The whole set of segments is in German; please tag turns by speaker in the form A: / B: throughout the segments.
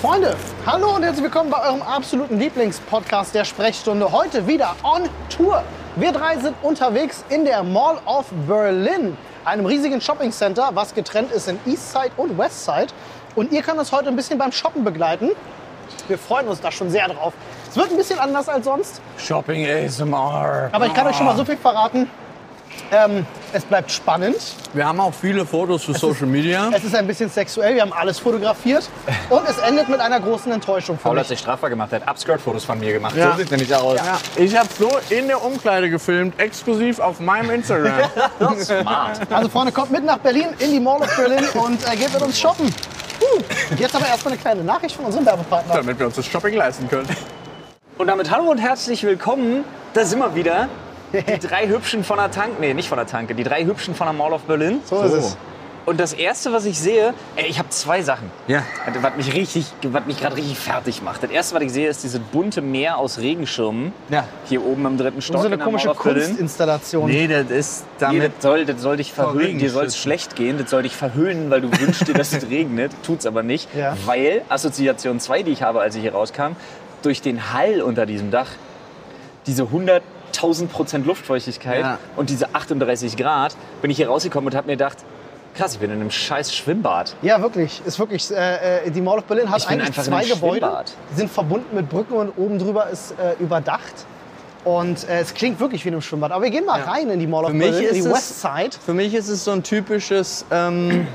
A: Freunde, hallo und herzlich willkommen bei eurem absoluten Lieblingspodcast der Sprechstunde. Heute wieder on Tour. Wir drei sind unterwegs in der Mall of Berlin, einem riesigen Shopping Center, was getrennt ist in Eastside und Westside. Und ihr könnt uns heute ein bisschen beim Shoppen begleiten. Wir freuen uns da schon sehr drauf. Es wird ein bisschen anders als sonst,
B: Shopping ASMR.
A: aber ich kann euch schon mal so viel verraten. Ähm, es bleibt spannend.
B: Wir haben auch viele Fotos für Social Media.
A: Es ist ein bisschen sexuell. Wir haben alles fotografiert. Und es endet mit einer großen Enttäuschung für
C: Paul
A: mich.
C: hat sich strafbar gemacht, er hat Upskirt-Fotos von mir gemacht.
B: Ja.
C: So sieht's nämlich aus.
B: Ja, ich habe so in der Umkleide gefilmt, exklusiv auf meinem Instagram.
C: Smart.
A: Also Freunde, kommt mit nach Berlin in die Mall of Berlin und äh, geht mit uns shoppen. Uh, jetzt aber erstmal eine kleine Nachricht von unserem Werbepartner.
B: Damit wir uns das Shopping leisten können.
C: Und damit hallo und herzlich willkommen. Da sind wir wieder. Die drei Hübschen von der Tanke. Nee, nicht von der Tanke. Die drei Hübschen von der Mall of Berlin.
A: So ist es.
C: Und das erste, was ich sehe, ey, ich habe zwei Sachen.
B: Ja.
C: Was mich richtig, was mich gerade richtig fertig macht. Das erste, was ich sehe, ist dieses bunte Meer aus Regenschirmen.
B: Ja.
C: Hier oben im dritten Stock.
A: So
C: in
A: eine
C: der
A: komische
C: Mall of Berlin.
A: Kunstinstallation.
B: Nee, das ist
C: Nee,
B: damit.
C: das soll, das soll dich verhöhnen.
B: Regen
C: Dir soll es
B: schützen.
C: schlecht gehen. Das soll dich verhöhnen, weil du wünschst dir, dass es regnet. Tut's aber nicht.
A: Ja.
C: Weil Assoziation 2, die ich habe, als ich hier rauskam, durch den Hall unter diesem Dach, diese 100.000 Prozent Luftfeuchtigkeit
B: Ja.
C: und diese 38 Grad, bin ich hier rausgekommen und habe mir gedacht, krass, ich bin in einem scheiß Schwimmbad.
A: Ja, wirklich. Ist wirklich. Äh, äh, die Mall of Berlin hat
C: Ich bin
A: eigentlich
C: einfach in
A: zwei
C: einem
A: Gebäude.
C: Schwimmbad.
A: Die sind verbunden mit Brücken und oben drüber ist äh, überdacht. Und äh, es klingt wirklich wie in einem Schwimmbad. Aber wir gehen mal rein in die Mall of
B: Für mich
A: Berlin, in
B: ist
A: die
B: es-
A: Westside.
B: Für mich ist es so ein typisches. Ähm,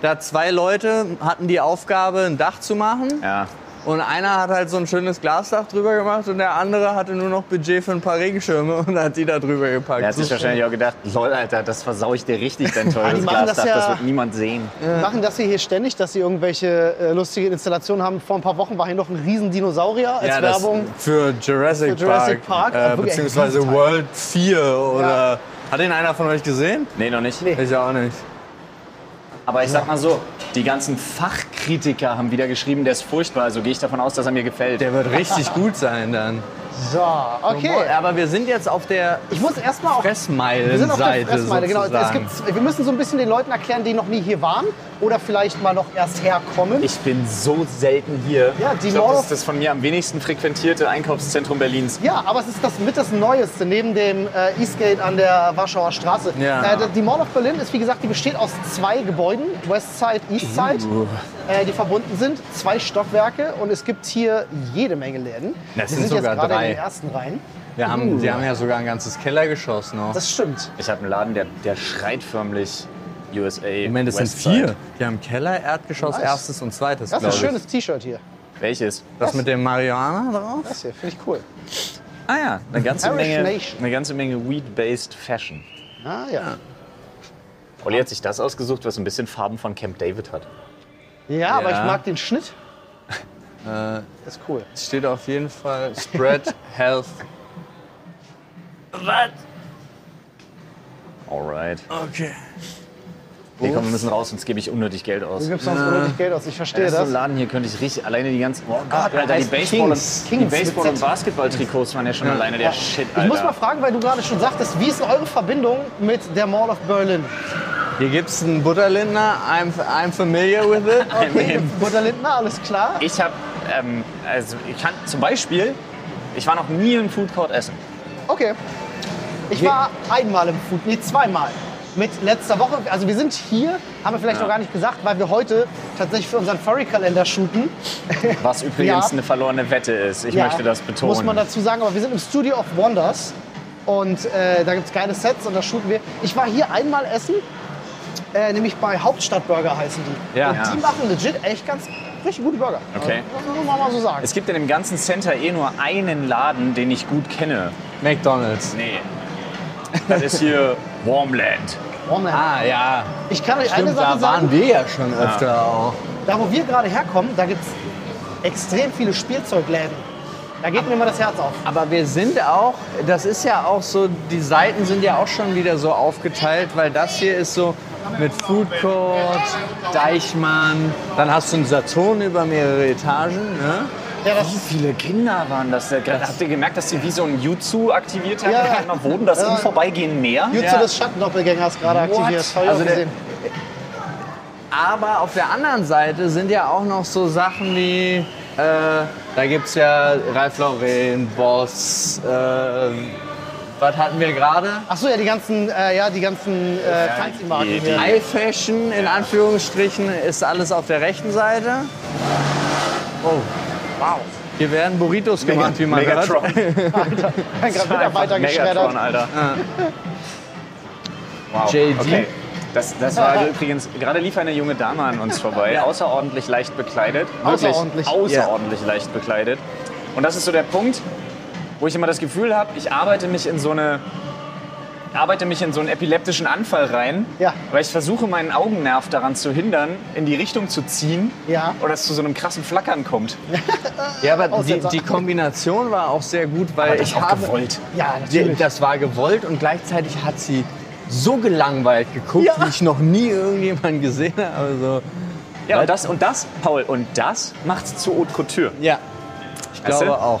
B: da zwei Leute hatten die Aufgabe, ein Dach zu machen.
C: Ja.
B: Und einer hat halt so ein schönes Glasdach drüber gemacht und der andere hatte nur noch Budget für ein paar Regenschirme und hat die da drüber gepackt.
C: Er hat sich
B: So-
C: wahrscheinlich auch gedacht, lol, Alter, das versau ich dir richtig, dein
A: Ah,
C: teures
A: die machen das
C: Glasdach.
A: ja-
C: Das wird niemand sehen.
A: Die machen das hier, hier ständig, dass sie irgendwelche äh, lustigen Installationen haben. Vor ein paar Wochen war hier noch ein riesen Dinosaurier als
B: Ja, das
A: Werbung.
B: Für Jurassic,
A: Für Jurassic Park,
B: äh,
A: wirklich
B: beziehungsweise
A: ein
B: World 4 oder. Hat den einer von euch gesehen?
C: Nee, noch nicht.
B: Ich auch nicht.
C: Aber ich sag mal so, die ganzen Fachkritiker haben wieder geschrieben, der ist furchtbar. Also gehe ich davon aus, dass er mir gefällt.
B: Der wird richtig gut sein dann.
A: So, okay.
B: Aber wir sind jetzt auf der
A: Ich muss erstmal auch
B: Fressmeilenseite.
A: Wir sind auf der Fressmeile, genau. Es
B: sozusagen.
A: gibt, wir müssen so ein bisschen den Leuten erklären, die noch nie hier waren oder vielleicht mal noch erst herkommen.
C: ich bin so selten hier.
A: Ja, die
C: ich glaub,
A: Mall
C: das
A: of-
C: ist das von mir am wenigsten frequentierte Einkaufszentrum Berlins.
A: ja, aber es ist das mit das Neueste neben dem äh, Eastgate an der Warschauer Straße.
B: Ja.
A: Äh, die Mall of Berlin ist, wie gesagt, die besteht aus zwei Gebäuden, Westside,
B: Uh.
A: Eastside, äh, die verbunden sind, zwei Stockwerke und es gibt hier jede Menge Läden.
B: Das
A: wir
B: sind
A: sind jetzt
B: sogar
A: gerade
B: drei.
A: in den ersten Reihen.
B: Wir haben, die haben ja sogar ein ganzes Kellergeschoss noch.
A: Uh. Das stimmt.
C: Ich habe einen Laden, der, der schreit förmlich USA.
B: Moment, das sind
C: Westside.
B: vier. Die haben Keller, Erdgeschoss,
A: Nice.
B: erstes und zweites,
A: Das
B: glaube
A: ist
B: ich.
A: ein schönes T-Shirt hier.
C: Welches?
B: das mit dem Marihuana drauf?
A: Das hier finde ich cool.
C: Ah ja, eine ganze
A: Irish
C: Menge,
A: Nation.
C: eine ganze Menge Weed-based Fashion.
A: Ah ja.
C: Olli hat sich das ausgesucht, was ein bisschen Farben von Camp David hat.
A: Ja, aber ich
B: Ja. Äh.
A: mag den Schnitt. Das ist cool.
B: Es steht auf jeden Fall Spread Health.
C: Alright.
B: Okay.
C: Nee, komm, wir müssen raus, sonst gebe ich unnötig Geld aus.
A: Du gibst sonst unnötig Geld aus, ich verstehe
C: Ja, so
A: das.
C: ein Laden hier könnte ich richtig alleine die ganzen. Oh
A: Ah,
C: Gott,
A: der
C: Alter, die
A: heißt
C: Baseball-
A: Kings.
C: und, die
A: Kings mit
C: Baseball- und
A: Z.
C: Basketballtrikots waren ja schon alleine der Shit, Alter.
A: Ich muss mal fragen, weil du gerade schon sagtest, wie ist eure Verbindung mit der Mall of Berlin?
B: Hier gibt es einen Butterlindner. I'm, I'm familiar with it.
A: Okay, Butter Lindner, alles klar.
C: ich habe, ähm, also ich kann zum Beispiel, ich war noch nie im Food Court essen.
A: Okay. Ich war einmal im Food, nee, zweimal. Mit letzter Woche, also wir sind hier, haben wir vielleicht noch gar nicht gesagt, weil wir heute tatsächlich für unseren Furry-Kalender shooten.
C: Was übrigens
A: Ja.
C: eine verlorene Wette ist. Ich
A: Ja,
C: möchte das betonen.
A: Muss man dazu sagen, aber wir sind im Studio of Wonders und äh, da gibt es geile Sets und da shooten wir. Ich war hier einmal essen, äh, nämlich bei Hauptstadtburger heißen die.
B: Ja.
A: und die
C: Ja.
A: machen legit echt ganz richtig gute Burger.
C: Okay.
A: Also, das muss man mal so sagen.
C: es gibt in dem ganzen Center eh nur einen Laden, den ich gut kenne.
B: McDonalds.
C: Nee. Das ist hier Warmland.
A: Oh, man.
B: Ah ja,
A: ich kann euch eine
B: stimmt,
A: Sache
B: da waren
A: sagen,
B: wir ja schon öfter auch.
A: da wo wir gerade herkommen, da gibt es extrem viele Spielzeugläden. Da geht mir immer das Herz auf.
B: Aber wir sind auch, das ist ja auch so, die Seiten sind ja auch schon wieder so aufgeteilt, weil das hier ist so mit Food Court, Deichmann, dann hast du einen Saturn über mehrere Etagen. Ne?
A: Ja, das
C: Wie viele Kinder waren das? denn? Habt ihr gemerkt, dass sie wie so ein Jutsu aktiviert haben?
A: Ja.
C: Ja. Am Boden das
A: Ja.
C: im Vorbeigehen näher?
A: Jutsu
B: Ja.
A: des Schattendoppelgängers gerade
B: What?
C: Also
A: aktiviert. Hab ich auch
B: Also der-
A: gesehen.
B: Aber auf der anderen Seite sind ja auch noch so Sachen wie, äh, da gibt es ja Ralf Lauren, Boss, äh, was hatten wir gerade?
A: Ach so, ja, die ganzen, äh, ja, die ganzen äh, Fancy-Marken
C: die-
A: hier.
B: High Fashion in Anführungsstrichen ist alles auf der rechten Seite. Oh, wow. Hier werden Burritos gemacht, wie man hört.
A: Werden gerade Mitarbeiter
C: Megatron,
A: geschreddert.
C: Alter. Wow.
B: JD.
C: Okay. Das, das war übrigens, gerade lief eine junge Dame an uns vorbei, außerordentlich leicht bekleidet. Wirklich
A: Außerordentlich.
C: außerordentlich leicht bekleidet. Und das ist so der Punkt, wo ich immer das Gefühl habe, ich arbeite mich in so eine arbeite mich in so einen epileptischen Anfall rein,
A: Ja.
C: weil ich versuche, meinen Augennerv daran zu hindern, in die Richtung zu ziehen
A: Ja.
C: oder es zu so einem krassen Flackern kommt.
B: Ja, aber die,
A: Aussetzer.
B: die Kombination war auch sehr gut, weil ich
C: auch
B: habe
C: gewollt.
A: Ja,
B: Die,
A: natürlich.
B: das war gewollt und gleichzeitig hat sie so gelangweilt geguckt,
A: Ja.
B: wie ich noch nie irgendjemanden gesehen habe. Also,
C: Ja, und das, und das, Paul, und das macht's zu Haute Couture.
B: ja, ich
C: Weißt du?
B: glaube auch.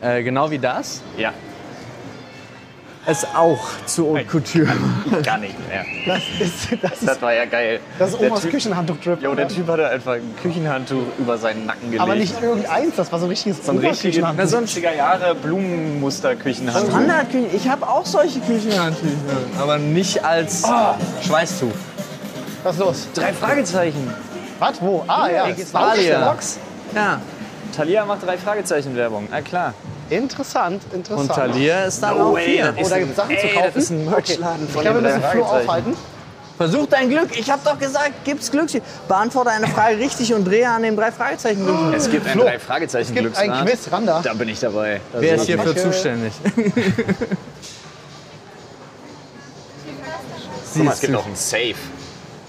B: Äh, genau wie das.
C: Ja,
B: Es auch zu Haute Couture.
C: gar nicht mehr.
A: Das ist, das ist,
C: Das war ja geil.
A: das ist
C: Der
A: Omas
C: Typ-
A: Küchenhandtuch-Trip.
C: Jo, der Typ hatte einfach ein Küchenhandtuch über seinen Nacken gelegt.
A: Aber nicht irgendeins, das war so ein richtiges
C: so ein richtiges
A: Oberküchenhandtuch.
C: 70er Jahre Blumenmuster-Küchenhandtuch.
B: Standardküchen. Ich habe auch solche Küchenhandtücher, aber nicht als
C: Ah.
B: Schweißtuch.
A: Was ist los?
C: Drei Fragezeichen.
A: Was? Wo? Ah, ja.
B: Italien.
A: Box.
B: Ja.
C: Thalia macht drei Fragezeichen Werbung. Ah, klar.
A: Interessant, interessant.
B: Und Thalia ist dann auch
C: way,
B: hier.
C: das
A: Oh,
C: ist
A: da
C: ein-
A: gibt es Sachen zu
C: ey,
A: kaufen.
C: Das ist ein Merchladen
A: Ich
C: von
A: glaube, wir
C: den drei
A: müssen Flo
C: Fragezeichen.
A: aufhalten.
B: Versuch dein Glück. Ich habe doch gesagt, gib's Glücksspiel. Beantworte eine Frage richtig und drehe an dem drei Fragezeichen. Glücksspiel.
C: Es gibt ein
A: Flo,
C: drei Fragezeichen
A: Es gibt ein Quiz, Randa.
C: Da bin ich dabei. Da
B: Wer
C: sehe
B: ist hierfür
C: ich
A: Mache.
B: zuständig?
C: Guck mal, es
B: Siehst
C: gibt
B: du.
C: auch ein Safe.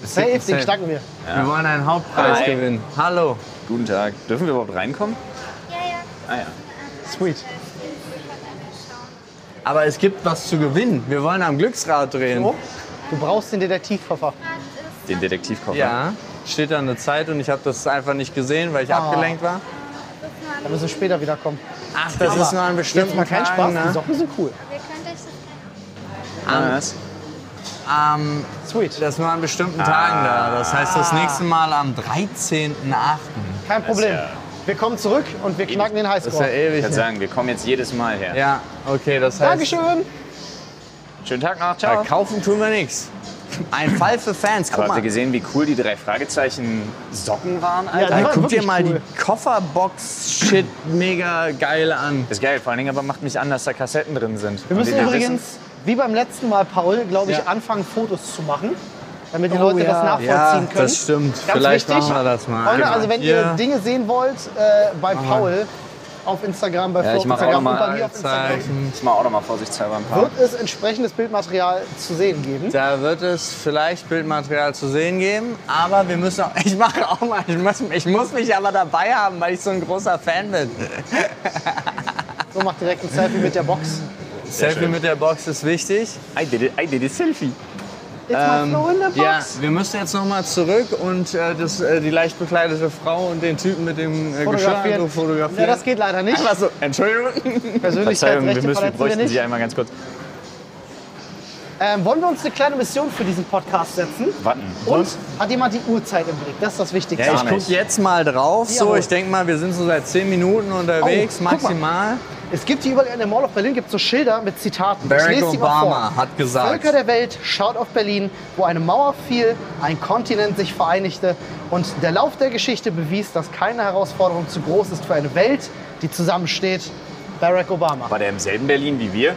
A: Safe, den
B: Safe.
A: knacken wir.
C: Hm.
B: Wir wollen einen Hauptpreis
C: Hi.
B: gewinnen. Hallo.
C: Guten Tag. Dürfen wir überhaupt reinkommen? Ja, ja. Ah ja.
A: Sweet.
B: Aber es gibt was zu gewinnen. Wir wollen am Glücksrad drehen.
A: So. Oh, Du brauchst den Detektivkoffer.
C: Den Detektivkoffer.
B: Ja. Steht da eine Zeit und ich habe das einfach nicht gesehen, weil ich abgelenkt war.
A: Da müssen wir später wiederkommen.
B: Ach, das ist nur
A: Jetzt
B: ein bestimmten
A: mal keinen Spaß, die
B: Tagen, ne?
A: Socken sind cool.
D: Wir können durch das
C: Was?
B: Ne? Ähm,
A: Sweet.
B: das ist nur an bestimmten Tagen da. Das heißt, das nächste Mal am 13.8.
A: Kein Problem.
C: ja-
A: Wir kommen zurück und wir knacken den
B: Das ist ja
A: Highscore.
C: Ich
B: ewig.
C: würde sagen, wir kommen jetzt jedes Mal her.
B: Ja, okay, das heißt,
A: Dankeschön.
C: Schönen Tag noch. Ciao.
B: verkaufen tun wir nichts. Ein Fall für Fans, guck
C: Aber habt
B: mal.
C: ihr gesehen, wie cool die drei Fragezeichen Socken waren? Alter?
A: Ja, die
B: Ey,
A: waren
B: äh, guck dir
A: wirklich
B: mal
A: cool.
B: die Kofferbox-Shit mega geil an.
C: Ist geil, vor allen Dingen aber macht mich an, dass da Kassetten drin sind.
A: Wir müssen
C: Und die
A: übrigens, wie beim letzten Mal, Paul, glaube ich,
B: Ja.
A: anfangen, Fotos zu machen, damit die
B: Oh
A: Leute
B: ja.
A: das nachvollziehen
B: Ja,
A: können.
B: das stimmt.
A: Ganz
B: Vielleicht
A: wichtig.
B: machen wir das mal.
A: Freunde,
B: Genau.
A: also wenn ihr
B: Ja.
A: Dinge sehen wollt, äh, bei Paul auf Instagram, bei
C: Ja,
A: Flo
C: ich mach
A: auf Instagram
C: auch noch mal
A: und bei mir auf Instagram,
B: Zeichen.
C: wissen- Muss man auch noch mal vorsichtshalber ein paar.
A: wird es entsprechendes Bildmaterial zu sehen geben.
B: Da wird es vielleicht Bildmaterial zu sehen geben, aber wir müssen auch, ich mache auch mal, ich muss, ich muss mich aber dabei haben, weil ich so ein großer Fan bin.
A: So macht direkt ein Selfie mit der Box.
B: Selfie
C: schön.
B: mit der Box ist wichtig.
C: I did it, I did it Selfie.
A: Jetzt mal Flo in der
B: Ähm, Ja,
A: Box.
B: wir müssen jetzt nochmal zurück und äh, das, äh, die leicht bekleidete Frau und den Typen mit dem äh, Geschirrhandtuch fotografieren.
A: Ja, das geht leider nicht.
B: Einfach so, Entschuldigung.
C: Verzeihung,
A: Persönlichkeitsrechte
C: wir, müssen, wir
A: verletzen wir
C: bräuchten Sie
A: nicht.
C: einmal ganz kurz.
A: Ähm, wollen wir uns eine kleine Mission für diesen Podcast setzen?
C: Warten.
A: Und hat jemand die Uhrzeit im Blick? Das ist das Wichtigste.
C: Ja,
B: Ich
C: Gar
B: guck
C: nicht.
B: jetzt mal drauf. So,
A: Jawohl.
B: ich denke mal, wir sind so seit 10 Minuten unterwegs,
A: Oh, guck mal.
B: maximal.
A: Es gibt hier überall in der Mall of Berlin gibt so Schilder mit Zitaten.
B: Barack
A: ich lese die mal
B: Obama
A: vor.
B: hat gesagt.
A: Völker der Welt schaut auf Berlin, wo eine Mauer fiel, ein Kontinent sich vereinigte und der Lauf der Geschichte bewies, dass keine Herausforderung zu groß ist für eine Welt, die zusammensteht. Barack Obama.
C: War der im selben Berlin wie wir?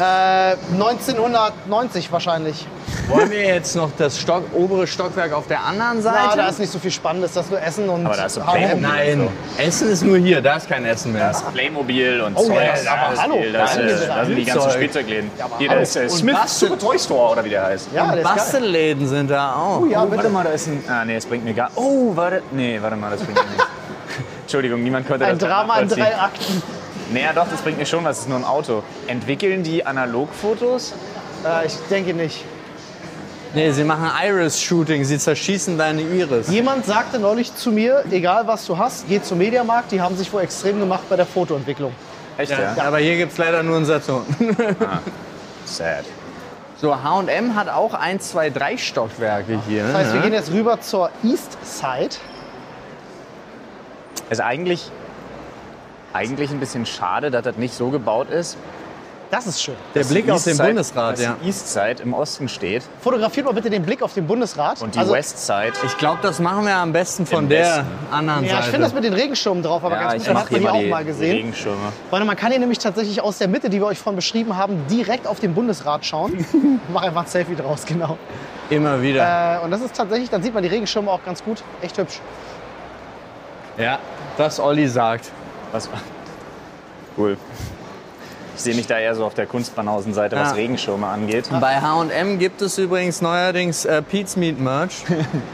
A: Äh, 1990 wahrscheinlich.
B: Wollen wir jetzt noch das Stock, obere Stockwerk auf der anderen
A: Na,
B: Seite?
A: Ah,
B: Äh,
A: da ist nicht so viel Spannendes, das ist nur Essen und
C: Aber da ist so
A: H&M.
C: Playmobil.
B: Nein, Essen ist nur hier, da ist kein Essen mehr.
C: Playmobil und
A: Oh,
C: Zeugs.
A: ja, ja, aber
C: das
A: hallo,
C: Spiel, das,
A: da sind
C: äh,
A: wir da.
C: da sind die ganzen
B: Spielzeug.
C: Spielzeugläden.
A: aber
C: Hier, da
A: hallo.
C: ist äh,
B: Und
C: Smith
B: was
C: Super Toy Store oder wie der heißt.
A: Ja, das ist geil. Oh
B: Bastelläden sind da auch.
A: Ja, bitte.
C: mal, da ist ein. Ah, nee, das bringt mir gar. Oh, warte. Nee, warte mal, das bringt mir nichts. Entschuldigung, niemand konnte
A: Ein
C: das
A: Drama in
C: nachvollziehen.
A: drei Ah. Akten.
C: Naja, doch, das bringt mir schon was. Es ist nur ein Auto. Entwickeln die Analogfotos?
A: Äh, ich denke nicht.
B: Nee, sie machen Iris-Shooting, sie zerschießen deine Iris.
A: Jemand sagte neulich zu mir, egal was du hast, geh zum Mediamarkt, die haben sich wohl extrem gemacht bei der Fotoentwicklung.
C: Echt, ja?
B: Aber hier gibt es leider nur einen Saturn.
C: Sad.
B: So, H&M hat auch ein, zwei, drei Stockwerke hier.
A: Das heißt, wir
B: ne?
A: gehen jetzt rüber zur East Side.
C: Ist Also eigentlich, eigentlich ein bisschen schade, dass das nicht so gebaut ist.
A: Das ist schön.
B: Der
C: dass die
B: Blick auf den
C: Eastside-
B: Bundesrat,
C: dass
B: ja.
C: Die Eastside im Osten steht
A: Fotografiert mal bitte den Blick auf den Bundesrat.
C: und die
A: Also,
C: Westside.
B: Ich glaube, das machen wir am besten von
C: Im
B: der
C: Westen.
B: anderen
A: Ja, ich
B: Seite.
A: finde das mit den Regenschirmen drauf, aber ganz gut, das hat man hier auch mal gesehen.
C: Regenschirme.
A: Freunde, man kann hier nämlich tatsächlich aus der Mitte, die wir euch vorhin beschrieben haben, direkt auf den Bundesrat schauen. Mach einfach ein Selfie draus, genau.
B: Immer wieder.
A: Äh, und das ist tatsächlich, dann sieht man die Regenschirme auch ganz gut. Echt hübsch. Äh.
B: Ja, das Olli sagt.
C: Was? Cool. Ich sehe mich da eher so auf der Kunstbanausenseite,
B: Ja.
C: was Regenschirme angeht.
B: Bei H&M gibt es übrigens neuerdings äh, Pete's Meat Merch.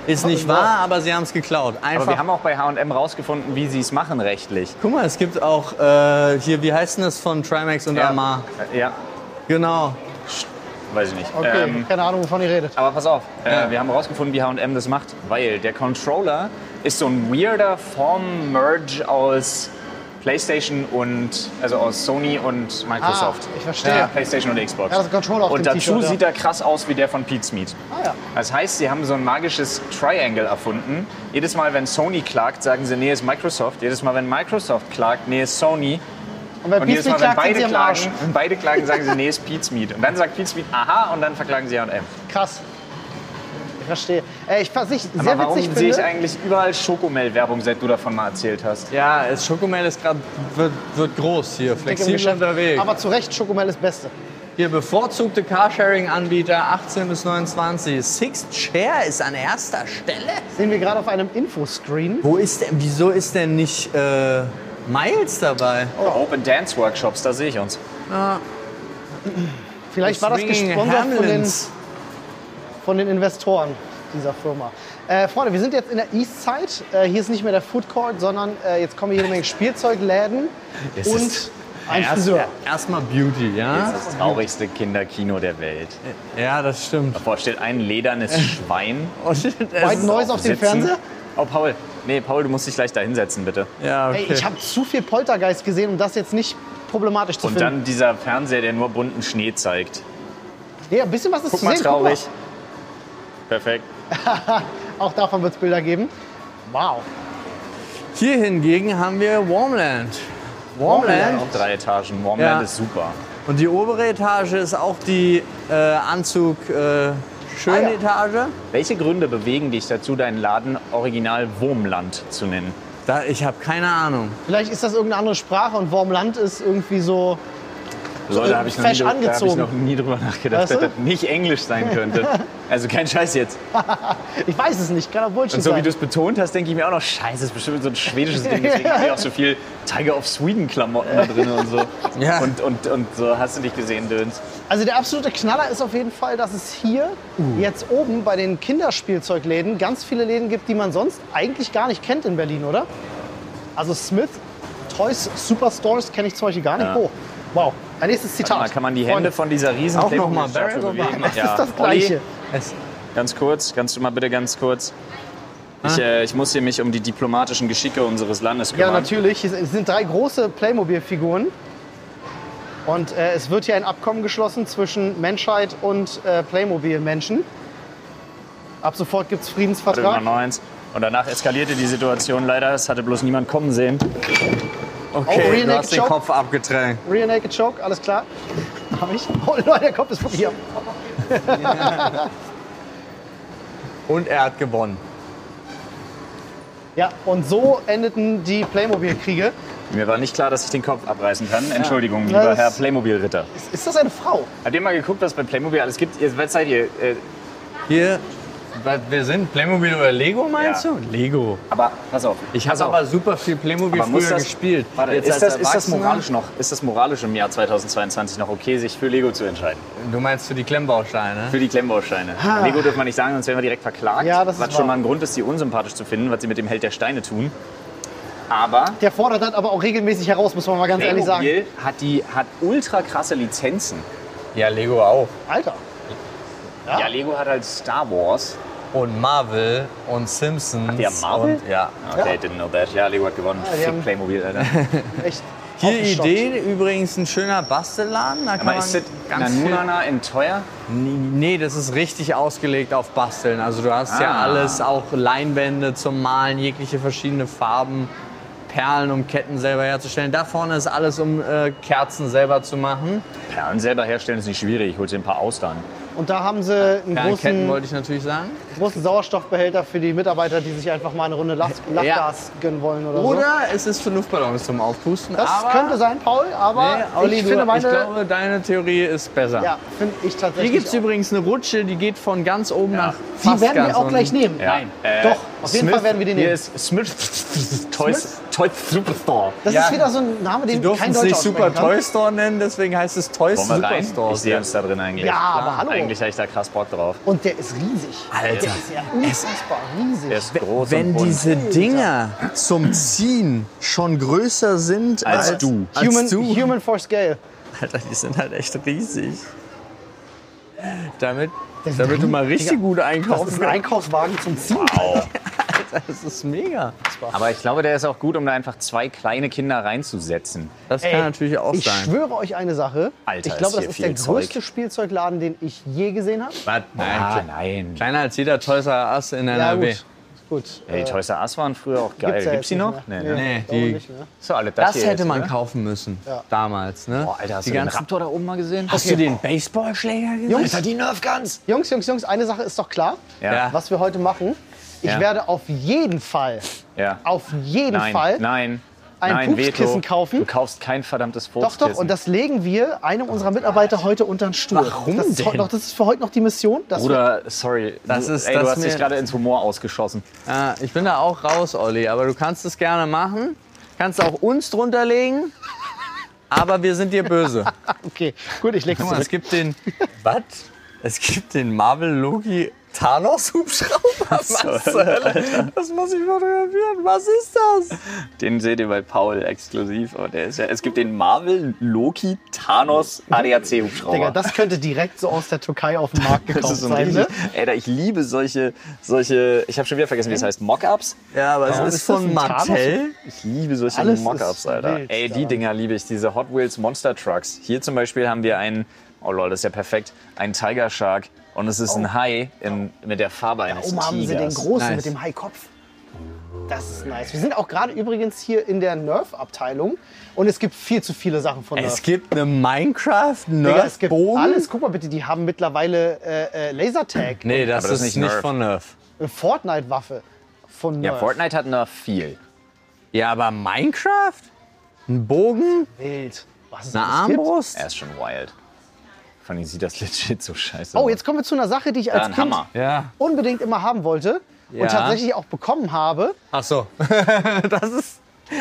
B: Ist nicht wahr, aber sie haben es geklaut.
C: Aber wir
B: Einfach.
C: haben auch bei H&M rausgefunden, wie sie es machen rechtlich.
B: Guck mal, es gibt auch äh, hier, wie heißt denn das von Trimax und Amar?
C: ja,
B: Genau.
C: weiß ich nicht.
A: Okay,
C: Ähm,
A: keine Ahnung, wovon ihr redet.
C: aber pass auf,
B: Ja.
C: äh, wir haben rausgefunden, wie H&M das macht, weil der Controller ist so ein weirder Form-Merge aus PlayStation und also aus Sony und Microsoft.
A: Ah, ich verstehe.
C: Ja, PlayStation und Xbox.
A: Ja, das ist ein Controller auf
C: und
A: dem
C: dazu
A: T-Shirt, ja.
C: sieht er krass aus wie der von Pete's Meat.
A: Ah ja.
C: Das heißt, sie haben so ein magisches Triangle erfunden. Jedes Mal, wenn Sony klagt, sagen sie, nee, ist Microsoft. Jedes Mal, wenn Microsoft klagt, nee, ist Sony.
A: Und wenn
C: Und jedes
A: Peace
C: Mal,
A: Meat
C: wenn
A: klagt, sind sie
C: beide
A: am Arsch.
C: klagen, wenn beide klagen, sagen sie, nee, ist Pete's Meat. Und dann sagt Pete's Meat, aha, und dann verklagen sie H&M.
A: Krass. Ich verstehe. Äh, ich, was ich sehr
C: Aber warum
A: witzig
C: sehe ich
A: finde,
C: eigentlich überall Schokomel-Werbung, seit du davon mal erzählt hast?
B: Ja, es- Schokomel ist gerade wird, wird groß hier,
A: Blick im
B: flexibel
A: Geschäft.
B: unterwegs.
A: aber zu Recht, Schokomel ist Beste.
B: Hier bevorzugte Carsharing-Anbieter 18 bis 29. Sixth Share ist an erster Stelle.
A: Sehen wir gerade auf einem Infoscreen.
B: Wo ist denn, wieso ist denn nicht äh, Miles dabei?
A: Oh.
C: Open Dance Workshops, da sehe ich uns.
A: Vielleicht war das
B: Swinging
A: gesponsert von den,
B: Hamlins.
A: von den Investoren dieser Firma. Äh, Freunde, wir sind jetzt in der East Side. Äh, hier ist nicht mehr der Food Court, sondern äh, jetzt kommen hier jede Menge Spielzeugläden
B: Es
A: und
B: ist-
A: ein
B: Erst-
A: Friseur.
B: Erstmal Beauty,
C: Das
B: ja?
C: ist das traurigste Kinderkino der Welt.
B: Ja, das stimmt.
C: Boah, steht ein ledernes Schwein.
A: Oh,
B: Und es
A: Äh, White
B: ist-
A: Noise auf dem
C: sitzen.
A: Fernseher?
C: Oh, Paul. Nee, Paul, du musst dich gleich da hinsetzen, bitte.
B: ja, okay.
A: Ey, ich habe zu viel Poltergeist gesehen, um das jetzt nicht problematisch zu
C: Und
A: finden.
C: dann dieser Fernseher, der nur bunten Schnee zeigt.
A: ja, ein bisschen was ist
C: Guck
A: zu
C: mal,
A: sehen.
C: traurig. Perfekt.
A: Guck mal. Auch davon wird es Bilder geben. Wow.
B: Hier hingegen haben wir Warmland.
A: Warmland.
C: Auch drei Etagen. Warmland
B: Ja.
C: ist super.
B: Und die obere Etage ist auch die äh, Anzug äh, schöne
A: Ah, ja.
B: Etage.
C: Welche Gründe bewegen dich dazu, deinen Laden original Wurmland zu nennen?
B: Da, ich habe keine Ahnung.
A: Vielleicht ist das irgendeine andere Sprache und Wormland ist irgendwie so.
C: So, da habe ich, noch nie
A: Fesch
C: drü- da hab ich
A: angezogen.
C: noch nie drüber nachgedacht,
A: Weißt du?
C: dass das nicht Englisch sein könnte. Also kein Scheiß jetzt.
A: Ich weiß es nicht, kann auch Bullshit
C: Und so wie
A: sein.
C: du es betont hast, denke ich mir auch noch, scheiße, das ist bestimmt so ein schwedisches Ding. Deswegen haben wir auch so viel Tiger of Sweden-Klamotten da drin und so.
B: Ja.
C: Und, und, und so hast du dich gesehen, Döns.
A: Also der absolute Knaller ist auf jeden Fall, dass es hier
C: Uh.
A: jetzt oben bei den Kinderspielzeugläden ganz viele Läden gibt, die man sonst eigentlich gar nicht kennt in Berlin, oder? Also Smith, Toys, Superstores kenne ich zum Beispiel gar nicht.
C: Ja.
A: Oh, wow. Ein nächstes Zitat.
C: Da kann man die Hände
A: Freunde,
C: von dieser riesen
B: Auch noch mal
C: Playmobil-Statue
B: Barack Obama.
C: bewegen.
A: Das
C: Ja.
A: ist das
C: Olli,
A: Gleiche.
B: Es,
C: Ganz kurz, kannst du mal bitte ganz kurz. Ich, äh, ich muss hier mich um die diplomatischen Geschicke unseres Landes
A: Ja,
C: kümmern.
A: natürlich. Es es sind drei große Playmobil-Figuren. Und äh, es wird hier ein Abkommen geschlossen zwischen Menschheit und äh, Playmobil-Menschen. Ab sofort gibt es Friedensvertrag.
C: Nummer eins. Und danach eskalierte die Situation leider. Es hatte bloß niemand kommen sehen.
A: Oh,
B: okay,
A: Real
B: du
A: Naked
B: hast den
A: Joke?
B: Kopf abgetränkt.
A: Real Naked Choke, alles klar. Hab ich. Oh, Leute, der Kopf ist von hier.
B: Und er hat gewonnen.
A: Ja, und so endeten die Playmobil-Kriege.
C: Mir war nicht klar, dass ich den Kopf abreißen kann. Entschuldigung,
A: Ja,
C: lieber
A: das-
C: Herr Playmobil-Ritter.
A: Ist- Ist das eine Frau?
C: Habt ihr mal geguckt, was bei Playmobil alles gibt? Ihr, was seid ihr? Äh,
B: Hier, was wir sind Playmobil oder Lego meinst
C: Ja.
B: du? Lego.
C: aber pass auf.
B: Ich habe
C: pass auf.
B: Also, aber super viel Playmobil
C: Aber muss
B: früher
C: das-
B: gespielt.
C: Warte, ist,
B: als
C: das, ist das
B: Erwachsener-
C: moralisch noch? Ist das moralisch im Jahr 2022 noch okay, sich für Lego zu entscheiden?
B: Du meinst für die Klemmbausteine?
C: Für die Klemmbausteine. Lego dürfen wir nicht sagen, sonst werden wir direkt verklagt.
A: Ja, das ist
C: was
A: wahr.
C: schon mal ein Grund ist, die unsympathisch zu finden, was sie mit dem Held der Steine tun. Aber
A: Der fordert das aber auch regelmäßig heraus, muss man mal ganz ehrlich sagen.
C: Playmobil hat, die, hat ultra krasse Lizenzen.
B: Ja, Lego auch.
A: Alter. Ja.
C: Ja. Lego hat halt Star Wars.
B: Und Marvel und Simpsons.
C: die haben Marvel?
B: Und, ja.
C: Okay, didn't know that. Ja, Lego hat gewonnen.
A: die
C: Fick
A: haben-
C: Playmobil, Alter.
A: Echt.
B: Hier
A: Aufgestockt.
B: Idee, übrigens ein schöner Bastelladen. Da kann
C: Aber
B: man
C: ist das
B: ganz viel
C: Nanunana in teuer?
B: Nee, das ist richtig ausgelegt auf Basteln. Also du hast ja
C: Ah.
B: alles, auch Leinwände zum Malen, jegliche verschiedene Farben, Perlen, um Ketten selber herzustellen. Da vorne ist alles, um äh, Kerzen selber zu machen.
C: Perlen selber herstellen ist nicht schwierig. Ich hol dir ein paar Austern.
A: Und da haben sie einen
B: Perlenketten
A: großen,
B: wollte ich natürlich sagen.
A: großen Sauerstoffbehälter für die Mitarbeiter, die sich einfach mal eine Runde Lach Lachgas gönnen wollen oder, so.
B: Oder es ist für Luftballons zum Aufpusten.
A: Das
B: aber,
A: könnte sein, Paul, aber
B: Nee, Olli,
A: ich
B: du,
A: finde meine.
B: ich glaube, deine Theorie ist besser.
A: ja, finde ich tatsächlich.
B: Hier gibt es
A: auch.
B: übrigens eine Rutsche, die geht von ganz oben nach
A: Die
B: fast
A: werden
B: ganz
A: wir auch
B: unten.
A: gleich nehmen.
C: Ja.
A: Nein.
C: Äh,
A: Doch, auf jeden
C: Smith-
A: Fall werden wir die
C: Hier
A: nehmen.
C: ist Smith Toys, Toys Superstore.
A: Das
B: Ja.
A: ist wieder so ein Name, den
B: Wir durften
A: kein
B: es
A: Deutscher
B: nicht Super
A: aussprechen kann.
B: Toy Store nennen, deswegen heißt es Toy
C: Wollen wir rein?
B: Superstore.
C: Ich sehe uns da drin eigentlich.
A: Ja, aber hallo.
C: Eigentlich habe ich da krass Bock drauf.
A: Und der ist riesig.
B: Alter.
A: Der ist ja unfassbar riesig.
C: Der ist groß
B: Wenn
C: und bunt.
B: diese Dinger zum Ziehen schon größer sind als,
C: Als du.
B: als
A: Human,
B: du,
A: Human for Scale.
B: Alter, die sind halt echt riesig. Damit, damit du mal richtig gut
A: Das
B: einkaufen
A: ist ein
B: kannst.
A: Einkaufswagen zum Ziehen.
C: Wow.
B: Das ist mega.
C: Aber ich glaube, der ist auch gut, um da einfach zwei kleine Kinder reinzusetzen.
B: Das
A: Ey,
B: kann natürlich auch
A: Ich
B: sein.
A: schwöre euch eine Sache.
C: Alter,
A: ich
C: ist
A: glaube, das
C: hier
A: ist der
C: viel Zeug.
A: größte Spielzeugladen, den ich je gesehen habe.
B: Was? Nein,
C: ah,
B: kle-
C: nein.
B: Kleiner als jeder Toys R Us in NRW.
A: gut. gut.
C: Ja, die Toys R Us waren früher auch geil.
A: Gibt's ja jetzt
C: Gibt's, die
A: nicht
C: noch?
A: mehr.
C: ne?
B: Nee,
A: glaube
B: die-
A: nicht, ne?
C: So, alle das
B: Das
C: hier
B: hätte
C: jetzt,
B: man
C: oder?
B: kaufen müssen. Damals, ne?
C: Boah, Alter, hast
B: die
C: du den
B: ganzen,
C: Raptor da oben mal gesehen?
B: Hast du den Baseballschläger gesehen?
A: Jungs,
C: Alter, die Nerf Guns!
A: Jungs, Jungs, Jungs, eine Sache ist doch klar,
B: Ja.
A: was wir heute machen. Ich
C: Ja.
A: werde auf jeden Fall,
C: Ja.
A: auf jeden
C: Nein,
A: Fall
C: nein,
A: ein
C: nein,
A: Pupskissen
C: Veto.
A: kaufen.
C: Du kaufst kein verdammtes
A: Doch,
C: Pupskissen.
A: doch, und das legen wir einem unserer Mitarbeiter heute unter den Stuhl.
B: Warum
A: das, ist heute
B: denn?
A: Noch, das ist für heute noch die Mission. dass wir-
C: Bruder, sorry.
B: Das
C: du,
B: ist-
C: ey,
B: das
C: du hast dich
B: mir-
C: gerade ins Humor ausgeschossen.
B: Ja, ich bin da auch raus, Olli, aber du kannst es gerne machen. Kannst auch uns drunter legen, aber wir sind dir böse.
A: Okay, gut, ich leg's
B: Guck mal, es
A: zurück.
B: gibt den. Was? Es gibt den Marvel Loki Thanos Hubschrauber. Was zur Hölle? Das muss ich fotografieren. Was ist das?
C: Den seht ihr bei Paul exklusiv. Oh, der ist ja, es gibt den Marvel Loki Thanos ADAC
A: Digga,
C: Hubschrauber.
A: das könnte direkt so aus der Türkei auf den Markt
C: Das
A: gekauft
C: ist so ein
A: sein. Ne?
C: richtig, ey, da, ich liebe solche, solche, ich habe schon wieder vergessen, wie es heißt, Mockups.
B: Ja, aber es
A: Warum
B: ist,
A: ist das
B: von
A: ein Thanos?
B: Mattel.
C: Ich liebe solche
A: Alles ist
C: Mockups, Alter.
A: wild
C: ey, die
A: daran.
C: Dinger liebe ich, diese Hot Wheels Monster Trucks. Hier zum Beispiel haben wir einen, oh lol, das ist ja perfekt, einen Tiger Shark und es ist ein Hai in, mit der Farbe eines
A: Oh. Oben haben sie den
C: Tigers.
A: großen
B: Nice.
A: mit dem Haikopf. Das ist nice. Wir sind auch gerade übrigens hier in der Nerf-Abteilung und es gibt viel zu viele Sachen von Nerf.
B: Es gibt eine Minecraft
A: Digga, es
B: Nerf
A: gibt
B: Bogen.
A: alles. Guck mal bitte, die haben mittlerweile äh, äh, Lasertag,
B: Nee, das,
C: Aber das
B: ist
C: ist
B: nicht,
C: nicht Nerf.
B: von Nerf.
A: eine Fortnite-Waffe von Nerf.
C: Ja, Fortnite hat noch viel.
B: Ja, aber Minecraft? Ein Bogen?
A: Wild. Was es
B: Eine
A: alles gibt.
B: Armbrust?
C: Er ist schon wild. Von ihm sieht das legit so scheiße
A: Oh,
C: aus.
A: jetzt kommen wir zu einer Sache, die ich als
C: Ja, ein
A: Kind
C: Hammer.
B: Ja.
A: unbedingt immer haben wollte
B: Ja.
A: und tatsächlich auch bekommen habe.
B: Ach so. das ist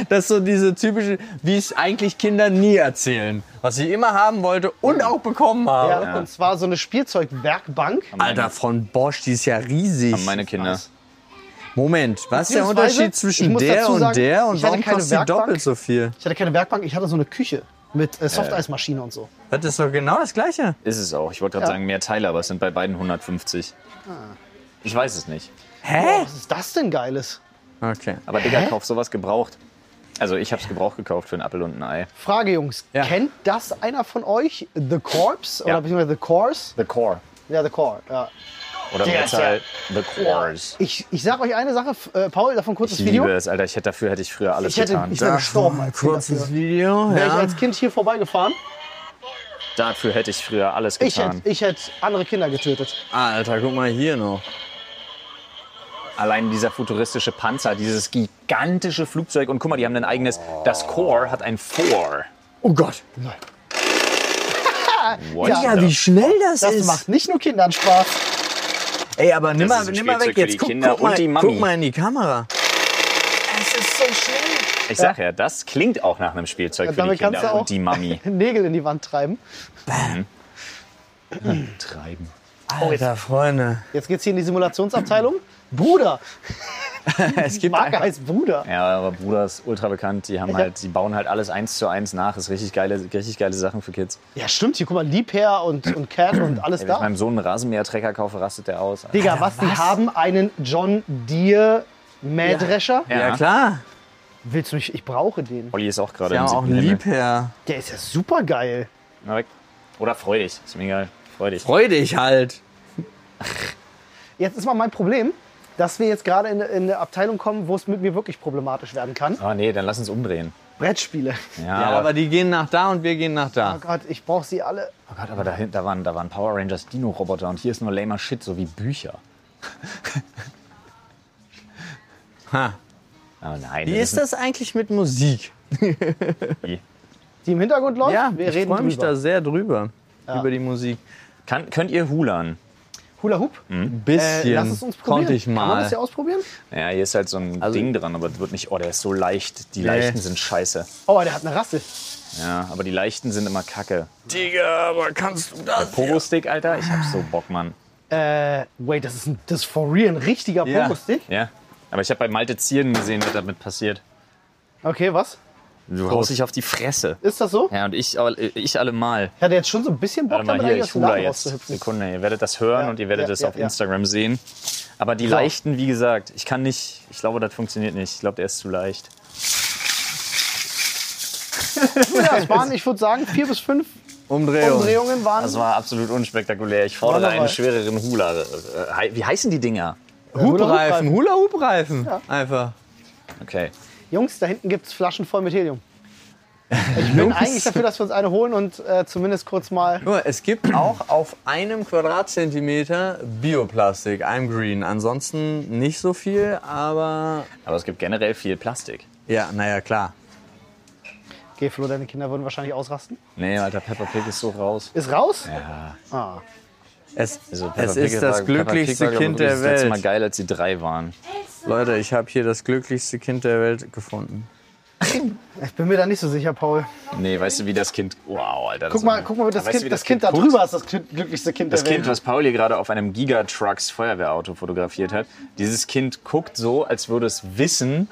B: das ist so diese typische, wie es eigentlich Kinder nie erzählen, was ich immer haben wollte und auch bekommen
A: Ja,
B: habe.
A: Und zwar so eine Spielzeugwerkbank.
B: Alter, von Bosch, die ist ja riesig.
C: Haben meine Kinder.
B: Moment, was ist der
A: Beziehungsweise, ich
B: Unterschied zwischen
A: muss
B: der
A: dazu
B: und
A: sagen,
B: der
A: ich
B: und
A: hatte
B: warum
A: keine
B: kostet die
A: Werkbank.
B: doppelt so viel?
A: Ich hatte keine Werkbank, ich hatte so eine Küche mit äh, Softeismaschine und so.
B: Das ist doch genau das Gleiche.
C: Ist es auch. Ich wollte gerade
A: Ja. Ah.
C: sagen, mehr Teile, aber es sind bei beiden 150. Ich weiß es nicht.
B: Hä?
A: Oh, Was ist das denn Geiles?
B: Okay.
C: Aber Digga, kauf sowas gebraucht. Also ich habe es gebraucht gekauft für einen Apfel und ein Ei.
A: Frage, Jungs.
B: Ja.
A: Kennt das einer von euch? The Corps? Oder beziehungsweise The Corps?
C: The Core.
A: Ja, The Corps. Ja.
C: Oder
A: Der
C: yeah,
A: ist ja-
C: halt The Cores.
A: Ich, ich sag euch eine Sache, f- äh, Paul, davon kurzes
C: Ich
A: Video.
C: liebe es, Alter. Ich hätte, dafür hätte ich früher alles
A: Ich hätte-
C: getan.
A: ich wär- gestorben, als wir
B: Kurzes
A: dafür-
B: Video.
A: Wäre ich
B: Ja.
A: als Kind hier vorbeigefahren?
C: dafür hätte ich früher alles
A: Ich
C: getan.
A: hätte, ich hätte andere Kinder getötet.
B: Alter, guck mal hier noch.
C: Allein dieser futuristische Panzer, dieses gigantische Flugzeug. Und guck mal, die haben ein eigenes. Das Core hat ein Four.
B: Oh Gott.
C: What
B: Ja,
C: the-
B: wie schnell das,
A: Das
B: ist.
A: macht nicht nur Kindern Spaß.
B: Ey, aber nimm
C: Das
B: mal,
C: ist ein
B: nimm mal weg
C: Spielzeug für
B: jetzt.
C: die
B: Guck,
C: Kinder
B: guck, mal,
C: und die Mami.
B: guck mal in die Kamera. Es ist so schnell.
C: Ich sag ja, das klingt auch nach einem Spielzeug für die
A: damit kannst
C: Kinder
A: du auch-
C: und die Mami.
A: Nägel in die Wand treiben.
C: Treiben.
B: Alter, Freunde.
A: Jetzt geht's hier in die Simulationsabteilung. Bruder.
B: Es gibt
A: Marke
B: einfach,
A: heißt Bruder.
C: Ja, aber Bruder ist ultra bekannt. Die haben halt, die bauen halt alles eins zu eins nach. Ist richtig geile, richtig geile Sachen für Kids.
A: Ja, stimmt. Hier, guck mal, Liebherr und, und Cat und alles
C: Wenn ich
A: da.
C: meinem Sohn einen Rasenmähertrecker kaufe, rastet der aus. Alter.
A: Digga, was, die haben einen John Deere Mähdrescher.
B: ja. klar.
A: Willst du mich? Ich brauche den.
C: Olli ist auch gerade
B: Wir
C: im
B: haben auch
C: siebten
B: einen
C: Himmel.
B: Liebherr.
A: Der ist ja super geil.
C: Na weg. Oder freu dich, ist mir egal. Freu dich.
B: Freu dich halt.
A: Jetzt ist mal mein Problem, dass wir jetzt gerade in, in eine Abteilung kommen, wo es mit mir wirklich problematisch werden kann.
C: Ah nee, dann lass uns umdrehen.
A: Brettspiele.
C: Ja,
B: Ja, aber, die gehen nach da und wir gehen nach da.
A: Oh Gott, ich brauche sie alle.
C: oh Gott, aber dahinter da waren, da waren Power Rangers Dino-Roboter und hier ist nur lamer Shit, so wie Bücher.
B: Ha.
C: Oh nein.
B: Wie ist das eigentlich mit Musik?
A: Die im Hintergrund läuft?
B: Ja,
A: wir
B: ich
A: reden
B: freue mich
A: drüber.
B: da sehr drüber. Über die Musik.
C: Kann, könnt ihr Hulan?
A: Hula Hoop?
B: Ein
A: Äh,
B: bisschen
A: lass es uns probieren.
B: konnte ich
A: Kann man
B: mal.
A: das hier ausprobieren?
C: Ja, hier ist halt so ein
B: Also-
C: Ding dran, aber das wird nicht. Oh, der ist so leicht. Die Leichten sind scheiße.
A: Oh, der hat eine Rassel.
C: Ja, aber die Leichten sind immer kacke.
B: Digga, aber kannst du das?
C: Pogo-Stick, Alter, ich hab so Bock, Mann.
A: Äh, wait, das ist, ein, das ist for real ein richtiger
B: Ja.
A: Pogo-Stick?
C: Ja. Aber ich habe bei Malte Zieren gesehen, was damit passiert.
A: Okay, was?
C: Du haust dich auf die Fresse.
A: Ist das so?
C: Ja, und ich, äh, ich allemal.
A: Ich hatte jetzt schon so ein bisschen Bock,
C: Warte mal,
A: damit
C: hier,
A: eigentlich aus
C: ich
A: dem
C: hula
A: Laden
C: jetzt.
A: rauszuhüpfen.
C: Sekunde, ihr werdet das hören
A: Ja,
C: und ihr werdet
A: ja,
C: das
A: ja,
C: auf
A: ja.
C: Instagram sehen. Aber die leichten, wie gesagt, ich kann nicht, ich glaube, das funktioniert nicht. Ich glaube, der ist zu leicht.
A: Ja, es waren, ich würde sagen, vier bis fünf
B: Umdrehung.
A: Umdrehungen waren.
C: Das war absolut unspektakulär. Ich fordere
A: Warte mal.
C: einen schwereren Hula. Äh, hei- Wie heißen die Dinger?
B: Hubreifen, Hula-Hubreifen.
A: Ja.
B: Einfach.
C: Okay.
A: Jungs, da hinten gibt es Flaschen voll mit Helium. Ich bin eigentlich dafür, dass wir uns eine holen und äh, zumindest kurz mal.
B: Guck mal, es gibt auch auf einem Quadratzentimeter Bioplastik, I'm green. Ansonsten nicht so viel, aber
C: Aber es gibt generell viel Plastik.
B: ja, naja, klar.
A: Okay, Flo, deine Kinder würden wahrscheinlich ausrasten.
C: Nee, Alter, Peppa Pig ist so raus.
A: Ist raus?
C: Ja.
A: Ah.
B: Es,
C: Also Peppa
B: es
C: Pig
B: ist
C: war-
B: das
C: Peppa Pig war,
B: glücklichste
C: glaub ich,
B: Kind der
C: Das letzte Mal
B: Welt.
C: geil, als sie drei waren.
B: Leute, ich habe hier das glücklichste Kind der Welt gefunden.
A: Ich bin mir da nicht so sicher, Paul.
C: Nee, weißt du, wie das Kind. Wow, Alter.
A: Guck mal, guck mal das,
C: Aber weißt
A: kind,
C: du, wie
A: das, Kind da
C: guckt?
A: drüber ist das kind, glücklichste Kind
C: Das
A: der Welt.
C: Kind, was Pauli gerade auf einem Gigatrucks Feuerwehrauto fotografiert hat, dieses Kind guckt so, als würde es wissen,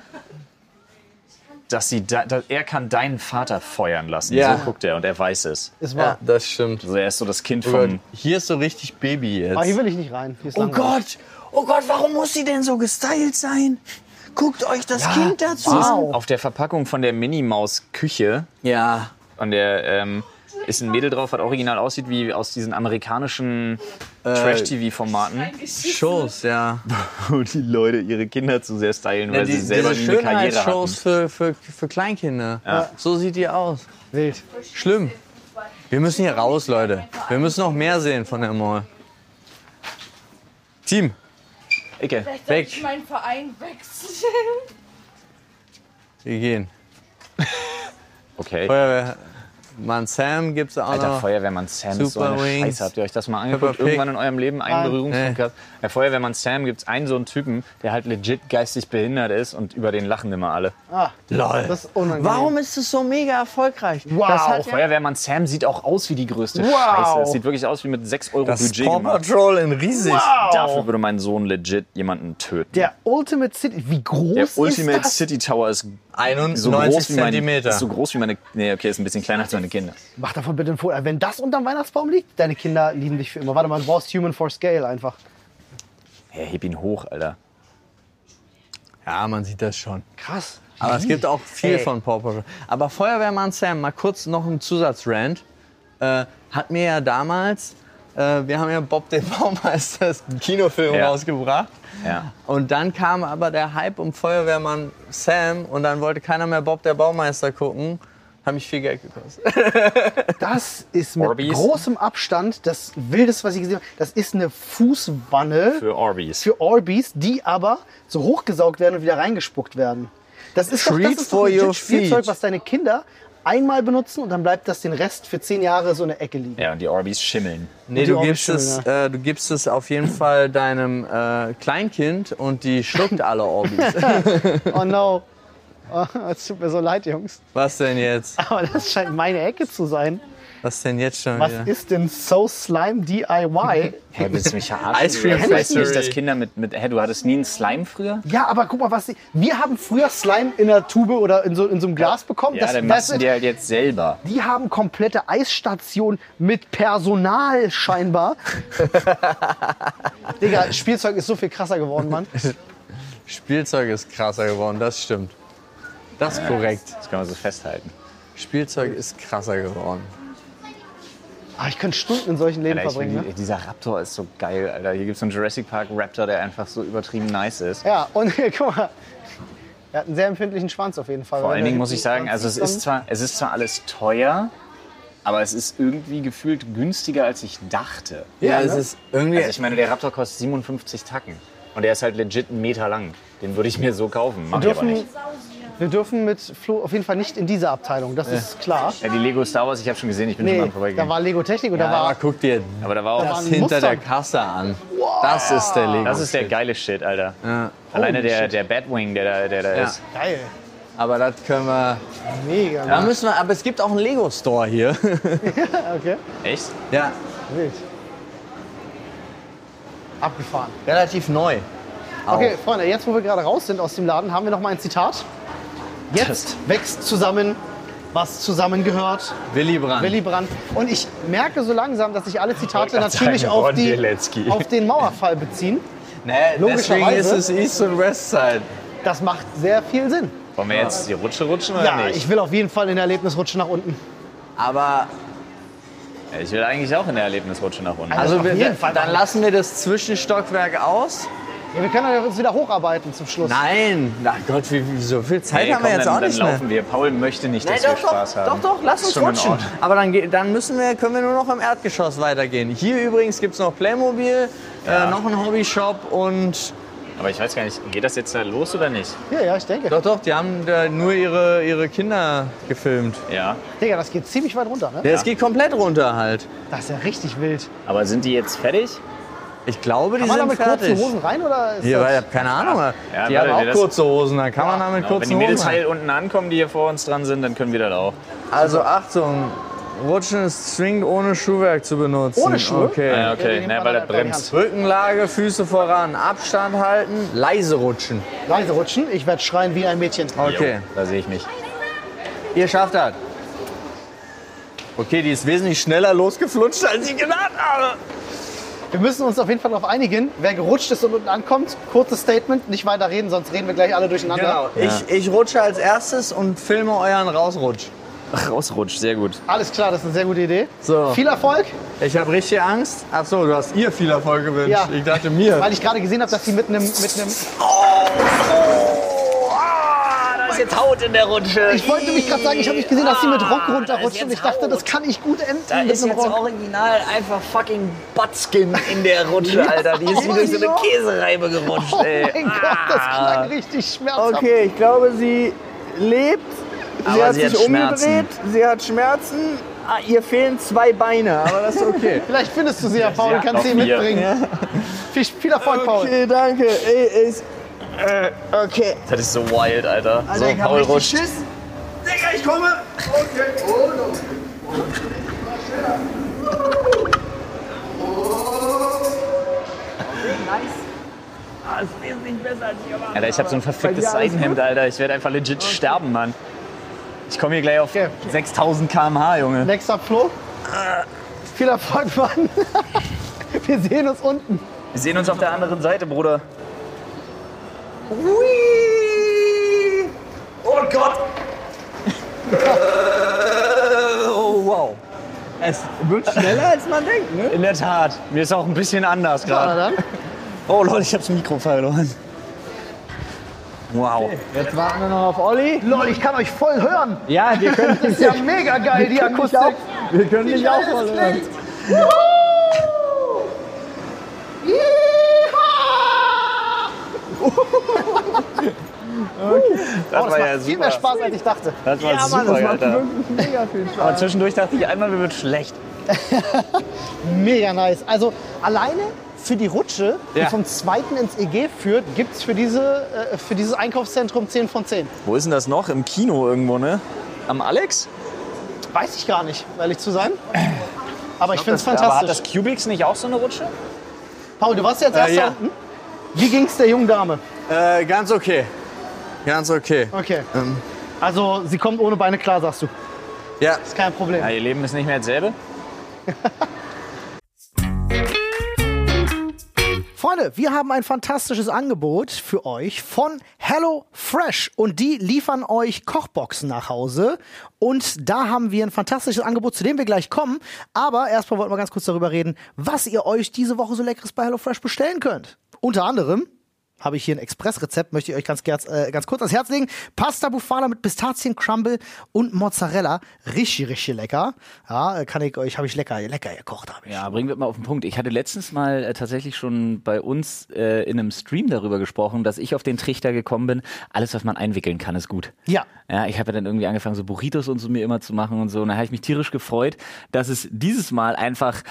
C: dass, sie da, dass er kann deinen Vater feuern lassen.
B: Ja.
C: So guckt er und er weiß es.
A: ist
B: Ja,
A: wahr.
B: das stimmt.
C: Also er ist so das Kind
B: Oh Gott,
C: vom.
B: hier ist so richtig Baby
A: Aber Ah, hier
B: jetzt.
A: will ich nicht rein. Hier ist
B: Oh
A: langweilig.
B: Gott, oh Gott, warum muss sie denn so gestylt sein? Guckt euch das Kind dazu an.
A: Wow.
C: Auf der Verpackung von der Minimaus Küche
B: Ja,
C: und der ähm, ist ein Mädel drauf, was original aussieht wie aus diesen amerikanischen
B: Äh,
C: Trash-TV-Formaten.
B: Shows, ja.
C: wo die Leute ihre Kinder zu sehr stylen, weil
B: die,
C: sie selber nie
B: diese
C: eine Karriere
B: Schönheitsshows
C: hatten.
B: für, für, für Kleinkinder. So sieht die aus.
A: Wild.
B: Schlimm. Wir müssen hier raus, Leute. Wir müssen noch mehr sehen von der Mall. Team,
C: Icke,
D: Vielleicht
B: Weg.
D: sollte ich meinen Verein wechseln.
B: wir gehen.
C: okay.
B: Feuerwehrmann Sam gibt's auch
C: Alter,
B: noch.
C: Feuerwehrmann Sam ist so
B: Super
C: eine
B: Wings.
C: Scheiße. Habt ihr euch das mal
B: Peppa
C: angeguckt?
B: Pig.
C: Irgendwann in eurem Leben einen Berührungspunkt
B: Nee.
C: gehabt? Bei Feuerwehrmann Sam gibt es einen so einen Typen, der halt legit geistig behindert ist und über den lachen immer alle.
A: Ah,
B: Lol.
A: das ist unangenehm.
B: Warum ist es so mega erfolgreich?
A: Wow.
B: Das hat ja
C: Feuerwehrmann Sam sieht auch aus wie die größte
A: Wow.
C: Scheiße. Es sieht wirklich aus wie mit 6 Euro
B: das
C: Budget
B: Paw
C: gemacht.
B: Patrol in riesig.
C: Dafür würde mein Sohn legit jemanden töten.
A: Der Ultimate City. Wie groß
C: Der
A: ist
C: Ultimate
A: das?
C: City Tower ist so
B: 91
C: groß, wie mein,
B: Zentimeter.
C: ist so groß wie meine. Nee, okay, ist ein bisschen kleiner als meine Kinder.
A: Mach davon bitte ein Foto. Wenn das unterm Weihnachtsbaum liegt, deine Kinder lieben dich für immer. Warte mal, du brauchst Human for Scale einfach.
C: Hey, heb ihn hoch, Alter.
B: Ja, man sieht das schon.
A: Krass.
B: Aber es gibt auch viel
A: Ey.
B: von Paw Patrol. Aber Feuerwehrmann Sam, mal kurz noch ein Zusatzrand. Äh, hat mir ja damals, äh, wir haben ja Bob den Baumeister als Kinofilm
C: Ja.
B: rausgebracht.
C: Ja.
B: Und dann kam aber der Hype um Feuerwehrmann Sam und dann wollte keiner mehr Bob der Baumeister gucken. Hat mich viel Geld gekostet.
A: Das ist mit
C: Orbeez.
A: großem Abstand das Wildeste, was ich gesehen habe. Das ist eine Fußwanne für,
C: Für Orbeez.
A: Orbeez, die aber so hochgesaugt werden und wieder reingespuckt werden. Das ist doch, das
B: Treat
A: ist
B: for
A: doch
B: your
A: ein
B: feet.
A: Spielzeug, was deine Kinder einmal benutzen und dann bleibt das den Rest für zehn Jahre so in der Ecke liegen.
C: Ja, und die Orbeez schimmeln.
B: Nee,
A: die
B: du
A: Orange
B: gibst, es,
A: Schimmeln,
B: äh, du gibst es auf jeden Fall deinem äh, Kleinkind und die schluckt alle Orbis.
A: Oh no. Oh, Es tut mir so leid, Jungs.
B: Was denn jetzt?
A: Aber das scheint meine Ecke zu sein.
B: Was denn jetzt schon
A: Was
B: wieder?
A: ist denn So Slime DIY?
C: Hey, willst du mich verarschen?
B: Ice Cream
C: Du weißt
B: Factory.
C: nicht, dass Kinder mit, mit hey, du hattest nie einen Slime früher?
A: Ja, aber guck mal, was die, wir haben früher Slime in der Tube oder in so, in so einem Glas bekommen.
C: Ja, dann machst du dir halt jetzt selber.
A: die haben komplette Eisstationen mit Personal scheinbar. Digga, Spielzeug ist so viel krasser geworden, Mann.
B: Spielzeug ist krasser geworden, das stimmt. Das ist korrekt.
C: Das kann man so festhalten.
B: Spielzeug ist krasser geworden.
A: Ah, ich könnte Stunden in solchen Läden
C: Alter, ich
A: verbringen.
C: find,
A: Ne?
C: die- dieser Raptor ist so geil, Alter. Hier gibt es so einen Jurassic Park Raptor, der einfach so übertrieben nice ist.
A: Ja, und guck mal. Er hat einen sehr empfindlichen Schwanz auf jeden Fall.
C: Vor
A: Wenn
C: allen
A: der
C: Dingen muss ich
A: hinten
C: sagen,
A: dran
C: also es
A: zieht, dann-
C: ist, zwar, es ist zwar alles teuer, aber es ist irgendwie gefühlt günstiger, als ich dachte.
B: Ja,
A: ne?
B: es ist irgendwie.
C: Also ich meine, der Raptor kostet 57 Tacken. Und der ist halt legit einen Meter lang. Den würde ich mir so kaufen. Mach ich aber
A: dürfen,
C: nicht.
A: wir dürfen mit Flo auf jeden Fall nicht in diese Abteilung, das ist klar.
C: Ja, die Lego Star Wars, ich habe schon gesehen, ich bin schon
A: Nee,
C: mal
A: da
C: vorbeigegangen.
A: war Lego Technik und da
B: aber
A: war.
B: guck dir
C: Aber da war auch.
B: das
A: ein
B: hinter
A: Mustang.
B: der Kasse an. Das ist der Lego.
C: das ist der geile Shit, Alter.
B: Ja.
C: Alleine der, der Batwing, der da, der da
B: Ja.
C: ist.
A: Geil,
B: Aber das können wir.
A: mega.
B: Da müssen wir. Aber es gibt auch einen Lego Store hier.
A: Okay,
C: Echt?
B: ja,
A: wild. Abgefahren.
B: relativ neu. Auch.
A: Okay, Freunde, jetzt wo wir gerade raus sind aus dem Laden, haben wir noch mal ein Zitat. Jetzt wächst zusammen, was zusammengehört.
B: Willy Brandt.
A: Willy Brandt. Und ich merke so langsam, dass sich alle Zitate
C: grad
A: natürlich
C: sagen,
A: auf,
C: Ron
A: die,
C: Bilecki.
A: auf den Mauerfall beziehen.
B: Nee, deswegen
A: Logischerweise.
B: ist es East und West Side.
A: Das macht sehr viel Sinn.
C: Wollen wir jetzt die Rutsche rutschen oder
A: Ja,
C: nicht?
A: ich will auf jeden Fall in der Erlebnisrutsche nach unten.
B: Aber
C: Ich will eigentlich auch in der Erlebnisrutsche nach unten.
A: Also
B: also
A: auf
B: wir,
A: jeden Fall
B: dann
A: machen.
B: lassen wir das Zwischenstockwerk aus.
A: Ja, wir können ja uns wieder hocharbeiten zum Schluss.
B: Nein, na Gott, wie, wie, so viel Zeit haben wir jetzt
C: dann,
B: auch nicht
C: dann
B: mehr.
C: laufen wir. Paul möchte nicht,
B: Nein,
C: dass
B: doch,
C: wir Spaß
B: doch,
C: haben.
B: doch, doch, lass
C: Ist
B: uns
C: schon in
B: rutschen.
C: Ordnung.
B: Aber dann, ge- dann müssen wir, können wir nur noch im Erdgeschoss weitergehen. Hier übrigens gibt es noch Playmobil,
C: Ja.
B: äh, noch einen Hobbyshop und.
C: Aber ich weiß gar nicht, geht das jetzt da los oder nicht?
A: Ja, ja, ich denke.
B: Doch, doch, die haben da nur ihre, ihre Kinder gefilmt.
C: Ja.
A: Digga, das geht ziemlich weit runter, ne?
B: Ja, es geht komplett runter halt.
A: Das ist ja richtig wild.
C: Aber sind die jetzt fertig?
B: Ich glaube, die
A: Kann man
B: sind
A: damit
B: fertig.
A: kurze Hosen rein oder ist
B: Hier, weil, ich
A: das...
B: hab keine Ahnung.
C: Ja,
B: die
C: warte,
B: haben
C: das-
B: auch kurze Hosen, dann kann man da mit
C: Genau, wenn die
B: kurzen
C: Mädels
B: Hosen. rein.
C: heil unten ankommen, die hier vor uns dran sind, dann können wir das auch.
B: Also Achtung, Rutschen ist zwingend ohne Schuhwerk zu benutzen.
A: Ohne Schuhe?
B: Okay.
C: Ja,
A: Ja, die
C: okay,
A: nehmen
C: ne,
A: wir
C: weil
A: dann
C: das
A: bei der
C: bremst.
B: Rückenlage, Füße voran, Abstand halten, leise rutschen.
A: Leise rutschen, ich werde schreien wie ein Mädchen.
B: Okay,
C: Jo, da sehe ich mich.
B: ihr schafft das. Okay, die ist wesentlich schneller losgeflutscht, als ich gedacht habe.
A: Wir müssen uns auf jeden Fall darauf einigen, wer gerutscht ist und unten ankommt, kurzes Statement, nicht weiter reden, sonst reden wir gleich alle durcheinander.
B: Genau, ich, ich rutsche als erstes und filme euren Rausrutsch.
C: Rausrutscht, sehr gut.
A: Alles klar, das ist eine sehr gute Idee.
B: So.
A: Viel Erfolg,
B: Ich habe richtig Angst. Ach so, du hast ihr viel Erfolg gewünscht.
A: Ja.
B: Ich dachte mir.
A: weil ich gerade gesehen habe, dass sie mit einem... Mit einem
B: Oh,
C: Da ist jetzt Haut in der Rutsche.
A: ich wollte mich gerade sagen, ich habe nicht gesehen, dass sie mit
B: Ah,
A: Rock runterrutscht und ich dachte, das kann ich gut enden mit einem Rock.
C: original einfach fucking Buttskin in der Rutsche, Alter. Die ist wie durch so eine Käsereibe gerutscht,
A: Oh
B: Äh,
A: mein Gott, das
B: ah.
A: klang richtig schmerzhaft.
B: Okay, ich glaube, sie lebt. Sie
C: Aber
B: hat
C: sie
B: sich
C: hat Schmerzen.
B: umgedreht. Sie hat Schmerzen. Ah, ihr fehlen zwei Beine, aber das ist okay.
A: Vielleicht findest du sie ja, Paul, und
C: hat
A: kannst
C: noch
A: sie
C: vier.
A: mitbringen. Viel, viel Erfolg, Paul.
B: okay, danke. Ey, ist, äh, okay.
C: Das ist so wild, Alter.
B: Alter,
C: so,
B: Also ich hab
C: Paul
B: richtig
C: rutscht.
B: Schiss. Digga, ich komme. Okay.
C: Alter, ich habe so ein verficktes Seidenhemd, Alter. Ich werde einfach legit sterben, Mann. Ich komme hier gleich auf
A: Okay.
C: 6000 km/h, Junge.
A: Nächster Flo. Viel Erfolg, Mann. Wir sehen uns unten.
C: Wir sehen uns auf der anderen Seite, Bruder.
B: Hui. Oh Gott. oh, wow. Es wird schneller, als man denkt, ne?
C: In der Tat. Mir ist auch ein bisschen anders
A: Na
C: gerade.
A: dann.
C: Oh Leute, ich habe das Mikro verloren. Wow.
B: Jetzt warten wir noch auf Olli.
A: Lol, ich kann euch voll hören.
B: Ja, wir können
A: Das ist ja mega geil, die Akustik.
B: Wir können dich auch
A: Alles
B: holen.
A: klingt. Oh,
B: Oh,
C: Das,
A: Das
C: war
A: macht
C: ja
A: viel mehr
C: super.
A: Spaß, als ich dachte.
C: Das war super, Alter.
B: mega viel Spaß.
C: Aber zwischendurch dachte ich einmal, mir wird schlecht.
A: Mega nice. Also alleine für die Rutsche, die
B: Ja.
A: vom zweiten ins EG führt, gibt es für, diese, äh, für dieses Einkaufszentrum 10 von 10.
C: Wo ist denn das noch? Im Kino irgendwo, ne? Am Alex?
A: Weiß ich gar nicht, um ehrlich zu sein. Aber ich, finde es
C: Aber hat das
A: fantastisch.
C: Cubix nicht auch so eine Rutsche?
A: Paul, du warst jetzt erst
B: ja.
A: da unten. Wie ging es der jungen Dame?
B: Äh, ganz okay. Ganz okay.
A: Okay.
B: Ähm.
A: Also sie kommt ohne Beine klar, sagst du.
B: Ja.
A: Ist kein Problem.
C: Ja, ihr Leben ist nicht mehr dasselbe.
A: Freunde, wir haben ein fantastisches Angebot für euch von Hello Fresh und die liefern euch Kochboxen nach Hause und da haben wir ein fantastisches Angebot, zu dem wir gleich kommen, aber erstmal wollten wir ganz kurz darüber reden, was ihr euch diese Woche so leckeres bei Hello Fresh bestellen könnt. Unter anderem habe ich hier ein Expressrezept, möchte ich euch ganz, gerz- äh, ganz kurz ans Herz legen. Pasta Bufala mit Pistaziencrumble und Mozzarella. Richtig, richtig lecker. Ja, äh, kann ich euch, habe ich lecker, lecker gekocht, habe ich.
E: Ja, Ah, bringen wir mal auf den Punkt. Ich hatte letztens mal äh, tatsächlich schon bei uns äh, in einem Stream darüber gesprochen, dass ich auf den Trichter gekommen bin. Alles, was man einwickeln kann, ist gut.
A: Ja.
E: Ja, ich habe ja dann irgendwie angefangen, so Burritos und so mir immer zu machen und so. Und da habe ich mich tierisch gefreut, dass es dieses Mal einfach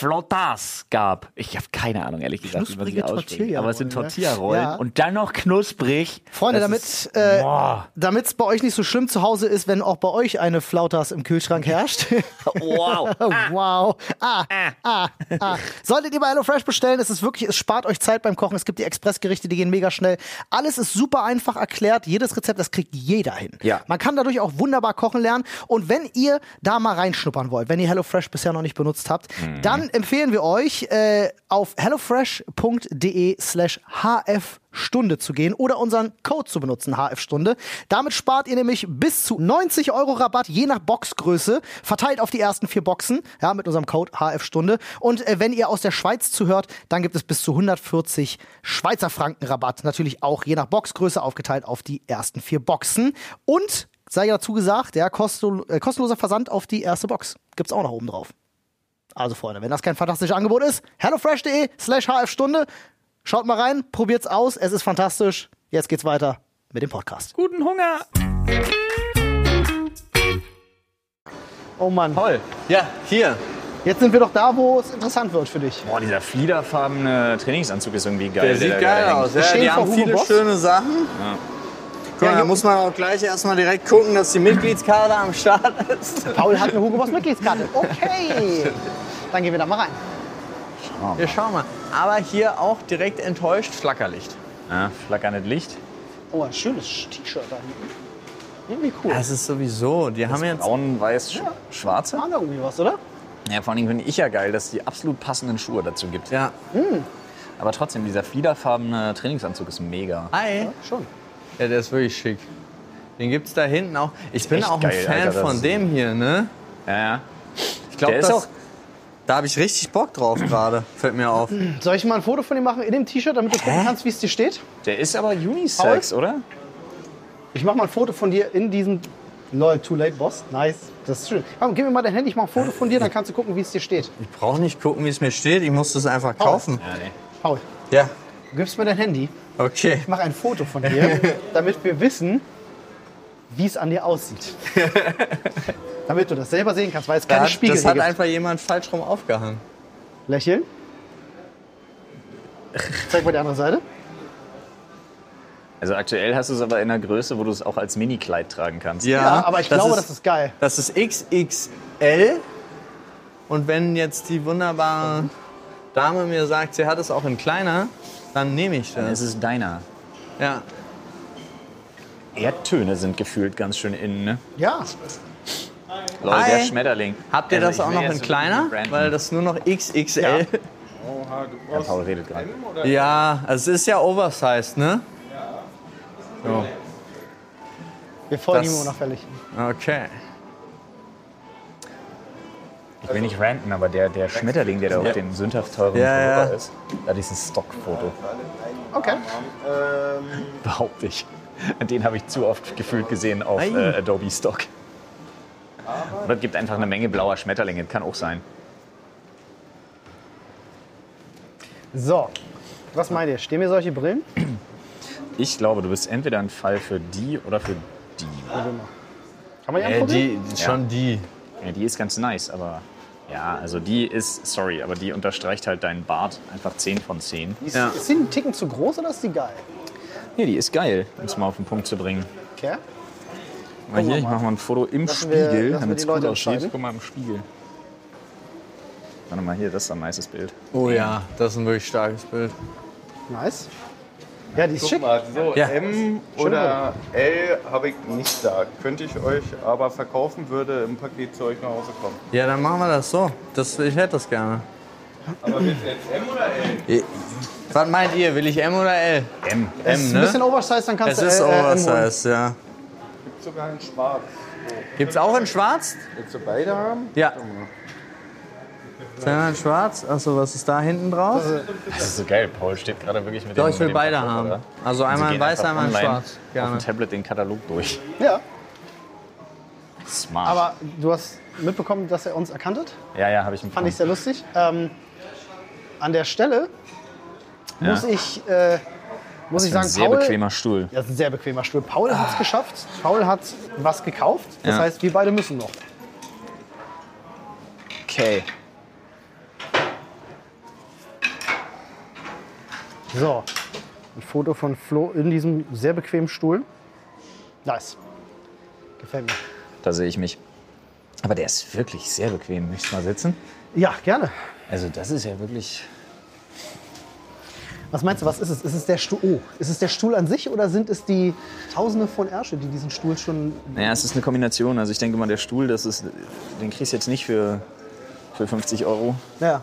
E: Flottas gab. Ich habe keine Ahnung, ehrlich gesagt, wie man sie
A: Knusprige
E: ausspricht. Aber es sind
A: Tortilla-Rollen,
E: Tortilla-Rollen
A: ja. Ja.
E: und dann noch knusprig.
A: Freunde,
E: Das ist-
A: damit äh,
E: Boah.
A: damit es bei euch nicht so schlimm zu Hause ist, wenn auch bei euch eine Flautas im Kühlschrank herrscht.
E: Wow.
A: Oh, wow. Ah, ah, ah. Solltet ihr bei HelloFresh bestellen, es ist wirklich, es spart euch Zeit beim Kochen. Es gibt die Expressgerichte, die gehen mega schnell. Alles ist super einfach erklärt. Jedes Rezept, das kriegt jeder hin.
E: Ja.
A: Man kann dadurch auch wunderbar kochen lernen. Und wenn ihr da mal reinschnuppern wollt, wenn ihr HelloFresh bisher noch nicht benutzt habt, dann empfehlen wir euch, äh, auf hellofresh.de slash hf Stunde zu gehen oder unseren Code zu benutzen, HF-Stunde. Damit spart ihr nämlich bis zu 90 Euro Rabatt, je nach Boxgröße, verteilt auf die ersten vier Boxen, ja, mit unserem Code HF-Stunde. Und äh, wenn ihr aus der Schweiz zuhört, dann gibt es bis zu 140 Schweizer Franken Rabatt. Natürlich auch je nach Boxgröße aufgeteilt auf die ersten vier Boxen. Und, sei ja dazu gesagt, ja, kosto äh, kostenloser Versand auf die erste Box. Gibt's auch noch oben drauf. Also Freunde, wenn das kein fantastisches Angebot ist, hellofresh.de slash hfstunde. Schaut mal rein, probiert's aus, es ist fantastisch. Jetzt geht's weiter mit dem Podcast.
E: Guten Hunger.
A: Oh Mann,
B: Toll. Ja, hier.
A: jetzt sind wir doch da, wo es interessant wird für dich.
C: Boah, dieser fliederfarbene Trainingsanzug ist irgendwie geil.
B: Der sieht
C: da
B: geil
C: gerade
B: aus.
C: hängt.
B: Ja,
A: stehen
B: die
A: vor
B: haben
A: Hugo
B: viele
A: Boss.
B: schöne Sachen. Guck mal, da muss man auch gleich erstmal direkt gucken, dass die Mitgliedskarte am Start ist.
A: Paul hat eine Hugo Boss Mitgliedskarte. Okay, dann gehen wir da mal rein.
B: Wir schauen mal. Aber hier auch direkt enttäuscht Flackerlicht.
C: Ja, ne, flackerndes Licht.
A: Oh, ein schönes T-Shirt da hinten. Irgendwie cool.
B: Das ist sowieso. Die haben jetzt
C: Braun, weiß, sch schwarze.
A: War da irgendwie was, oder?
C: Ja, vor allen Dingen finde ich ja geil, dass es die absolut passenden Schuhe dazu gibt.
B: ja.
C: Aber trotzdem, dieser fliederfarbene Trainingsanzug ist mega.
B: Hi.
A: Schon.
B: Ja, der ist wirklich schick. Den gibt's da hinten auch. Ich bin
C: echt
B: auch ein
C: geil,
B: Fan
C: Alter, das
B: von
C: ist-
B: dem hier, ne?
C: Ja, ja.
B: Ich glaube,
C: Der ist
B: das
C: auch-
B: da habe ich richtig Bock drauf gerade. Fällt mir auf.
A: Soll ich mal ein Foto von dir machen in dem T-Shirt, damit du gucken kannst, wie es dir steht?
C: Der ist aber Unisex, oder?
A: Ich mach mal ein Foto von dir in diesem. Lol, too late, Boss. Nice. Das ist schön. Komm, gib mir mal dein Handy, ich mach ein Foto von dir, dann kannst du gucken, wie es dir steht.
B: Ich brauche nicht gucken, wie es mir steht. Ich muss das einfach kaufen.
C: Ja, nee.
A: Paul,
B: Ja.
A: du gibst mir dein Handy,
B: Okay.
A: ich mach ein Foto von dir, damit wir wissen, wie es an dir aussieht. damit du das selber sehen kannst, weil es
B: Da
A: keine
B: hat,
A: Spiegel
B: das hat
A: hier gibt.
B: einfach jemand falsch rum aufgehangen.
A: Lächeln. Zeig mal die andere Seite.
C: Also aktuell hast du es aber in einer Größe, wo du es auch als Mini-Kleid tragen kannst.
A: Ja, aber ich glaube, das ist geil.
B: Das ist XXL. Und wenn jetzt die wunderbare Dame mir sagt, sie hat es auch in kleiner, dann nehme ich
C: Dann ist
B: das.
C: es deiner.
B: Ja.
C: Erdtöne sind gefühlt ganz schön innen, ne?
A: Ja.
C: Lol,
B: Hi.
C: der Schmetterling.
B: Habt ihr
C: Also,
B: das
C: ich
B: auch
C: will
B: noch
C: jetzt
B: in
C: so
B: kleiner?
C: branden.
B: Weil das nur noch XXL.
C: Ja, Paul redet gerade.
B: Ja, also es ist ja oversized, ne?
A: Wir folgen
B: Das-
A: ihm unauffällig.
B: Okay.
C: Ich will nicht ranten, aber der, der Schmetterling, der da auf dem sündhaft teuren
B: Ja, ja.
C: Pullover ist, das ist ein Stockfoto.
A: Okay.
C: Behaupte ich. Den habe ich zu oft gefühlt gesehen auf
B: Ei.
C: äh, Adobe Stock. Und das gibt einfach eine Menge blauer Schmetterlinge, kann auch sein.
A: So. Was meint ihr? Stehen mir solche Brillen?
C: Ich glaube, du bist entweder ein Fall für die oder für die.
A: Kann man die
B: Äh,
A: anprobieren?
B: die, Schon die.
C: Ja, die ist ganz nice, aber ja, also die ist, sorry, aber die unterstreicht halt deinen Bart einfach 10 von 10.
A: Ist,
B: ja.
A: ist die einen Ticken zu groß oder ist die geil?
C: Nee, die ist geil, um es mal auf den Punkt zu bringen.
A: Okay.
C: Mal hier,
A: wir
C: ich
A: mal.
C: mache mal ein Foto im
A: Lassen wir- lassen
C: Spiegel,
A: wir
C: damit es
A: die
C: gut
A: Leute
C: aussieht.
A: entscheiden.
C: Guck mal im Spiegel. Warte mal, hier, das ist ein nices Bild.
B: Oh ja, das ist ein wirklich starkes Bild.
A: Nice. Ja, die ist schick.
F: Mal, so,
B: Ja.
F: M oder L habe ich nicht da. Könnte ich euch aber verkaufen, würde im Paket zu euch nach Hause kommen.
B: Ja, dann machen wir das so. Das, ich hätte das gerne.
F: Aber jetzt M oder L?
B: Ich, Was meint ihr? Will ich M oder L?
C: M.
A: Das
B: M,
A: ist ein bisschen
B: ne?
A: oversized, dann kannst
B: Es
A: du
B: ist
A: äh, äh, M holen.
B: Oversize, ja.
F: Gibt sogar in Schwarz.
B: Gibt's auch in Schwarz?
F: Willst du beide haben?
B: Ja. Zweimal in Schwarz. Achso, was ist da hinten drauf?
C: Das ist so geil. Paul steht gerade wirklich mit
B: Doch,
C: dem
B: ich will
C: mit dem
B: beide
C: Katalog,
B: haben.
C: oder?
B: Also
C: Sie
B: einmal in
C: gehen
B: weiß,
C: einfach
B: einmal in
C: online
B: schwarz.
C: Auf
B: Gerne.
C: dem Tablet den Katalog durch.
A: Ja,
C: Smart.
A: aber du hast mitbekommen, dass er uns erkannt hat.
C: ja, ja, habe ich
A: Fand ich sehr lustig. Ähm, an der Stelle
C: Ja.
A: muss ich, äh, muss ich
C: Ein
A: sagen,
C: sehr
A: Paul,
C: bequemer Stuhl.
A: das ist ein sehr bequemer Stuhl. Paul hat es geschafft. Paul hat was gekauft. Das
C: Ah. Ja.
A: heißt, wir beide müssen noch.
C: Okay.
A: So, ein Foto von Flo in diesem sehr bequemen Stuhl. Nice. Gefällt mir.
C: Da sehe ich mich. Aber der ist wirklich sehr bequem. Möchtest du mal sitzen?
A: Ja, gerne.
C: Also das ist ja wirklich...
A: Was meinst du, was ist es? Ist es der Stuhl? Oh, ist es der Stuhl an sich oder sind es die Tausende von Ärsche, die diesen Stuhl schon.
C: Naja, es ist eine Kombination. Also ich denke mal, der Stuhl, das ist, den kriegst du jetzt nicht für, für 50 Euro.
A: Ja,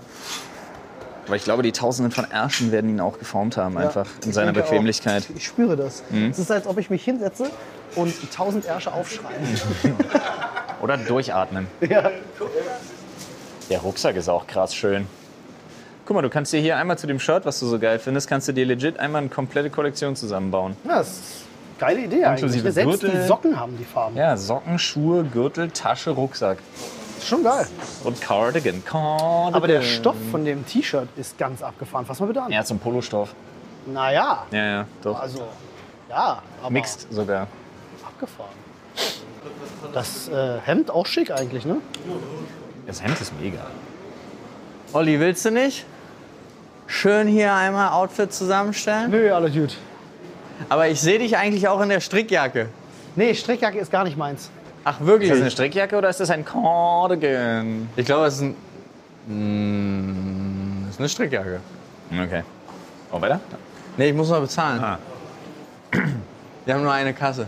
C: Aber ich glaube, die Tausenden von Ärschen werden ihn auch geformt haben, einfach
A: ja,
C: in
A: ich
C: seiner
A: denke auch.
C: Bequemlichkeit. Mhm.
A: Ich spüre das. Es ist, als ob ich mich hinsetze und tausend Ärsche aufschreien.
C: Oder durchatmen.
A: Ja.
C: Der Rucksack ist auch krass schön. Guck mal, du kannst dir hier einmal zu dem Shirt, was du so geil findest, kannst du dir legit einmal eine komplette Kollektion zusammenbauen.
A: Ja, das ist eine geile Idee eigentlich.
C: Inklusive
A: ne? Selbst die
C: Gürtel.
A: Socken haben die Farben.
C: Ja, Socken, Schuhe, Gürtel, Tasche, Rucksack
A: Ist schon geil.
C: und Cardigan. Cardigan.
A: Aber der Stoff von dem T-Shirt ist ganz abgefahren. Fass mal bitte an.
C: Ja, zum Polostoff.
A: Naja,
C: Ja, ja, doch.
A: also, ja, aber
C: Mixed sogar.
A: abgefahren. Das äh, Hemd auch schick eigentlich, ne?
C: Das Hemd ist mega.
B: Olli, willst du nicht? Schön hier einmal Outfit zusammenstellen.
A: Nö, alles gut.
B: Aber ich sehe dich eigentlich auch in der Strickjacke.
A: Nee, Strickjacke ist gar nicht meins.
B: Ach,
C: Ist das eine
B: wirklich?
C: Strickjacke oder ist das ein Cardigan?
B: Ich glaube, es ist ein. Mm, ist eine Strickjacke.
C: Okay. Und weiter?
B: Nee, ich muss noch bezahlen.
C: Ah.
B: Wir haben nur eine Kasse.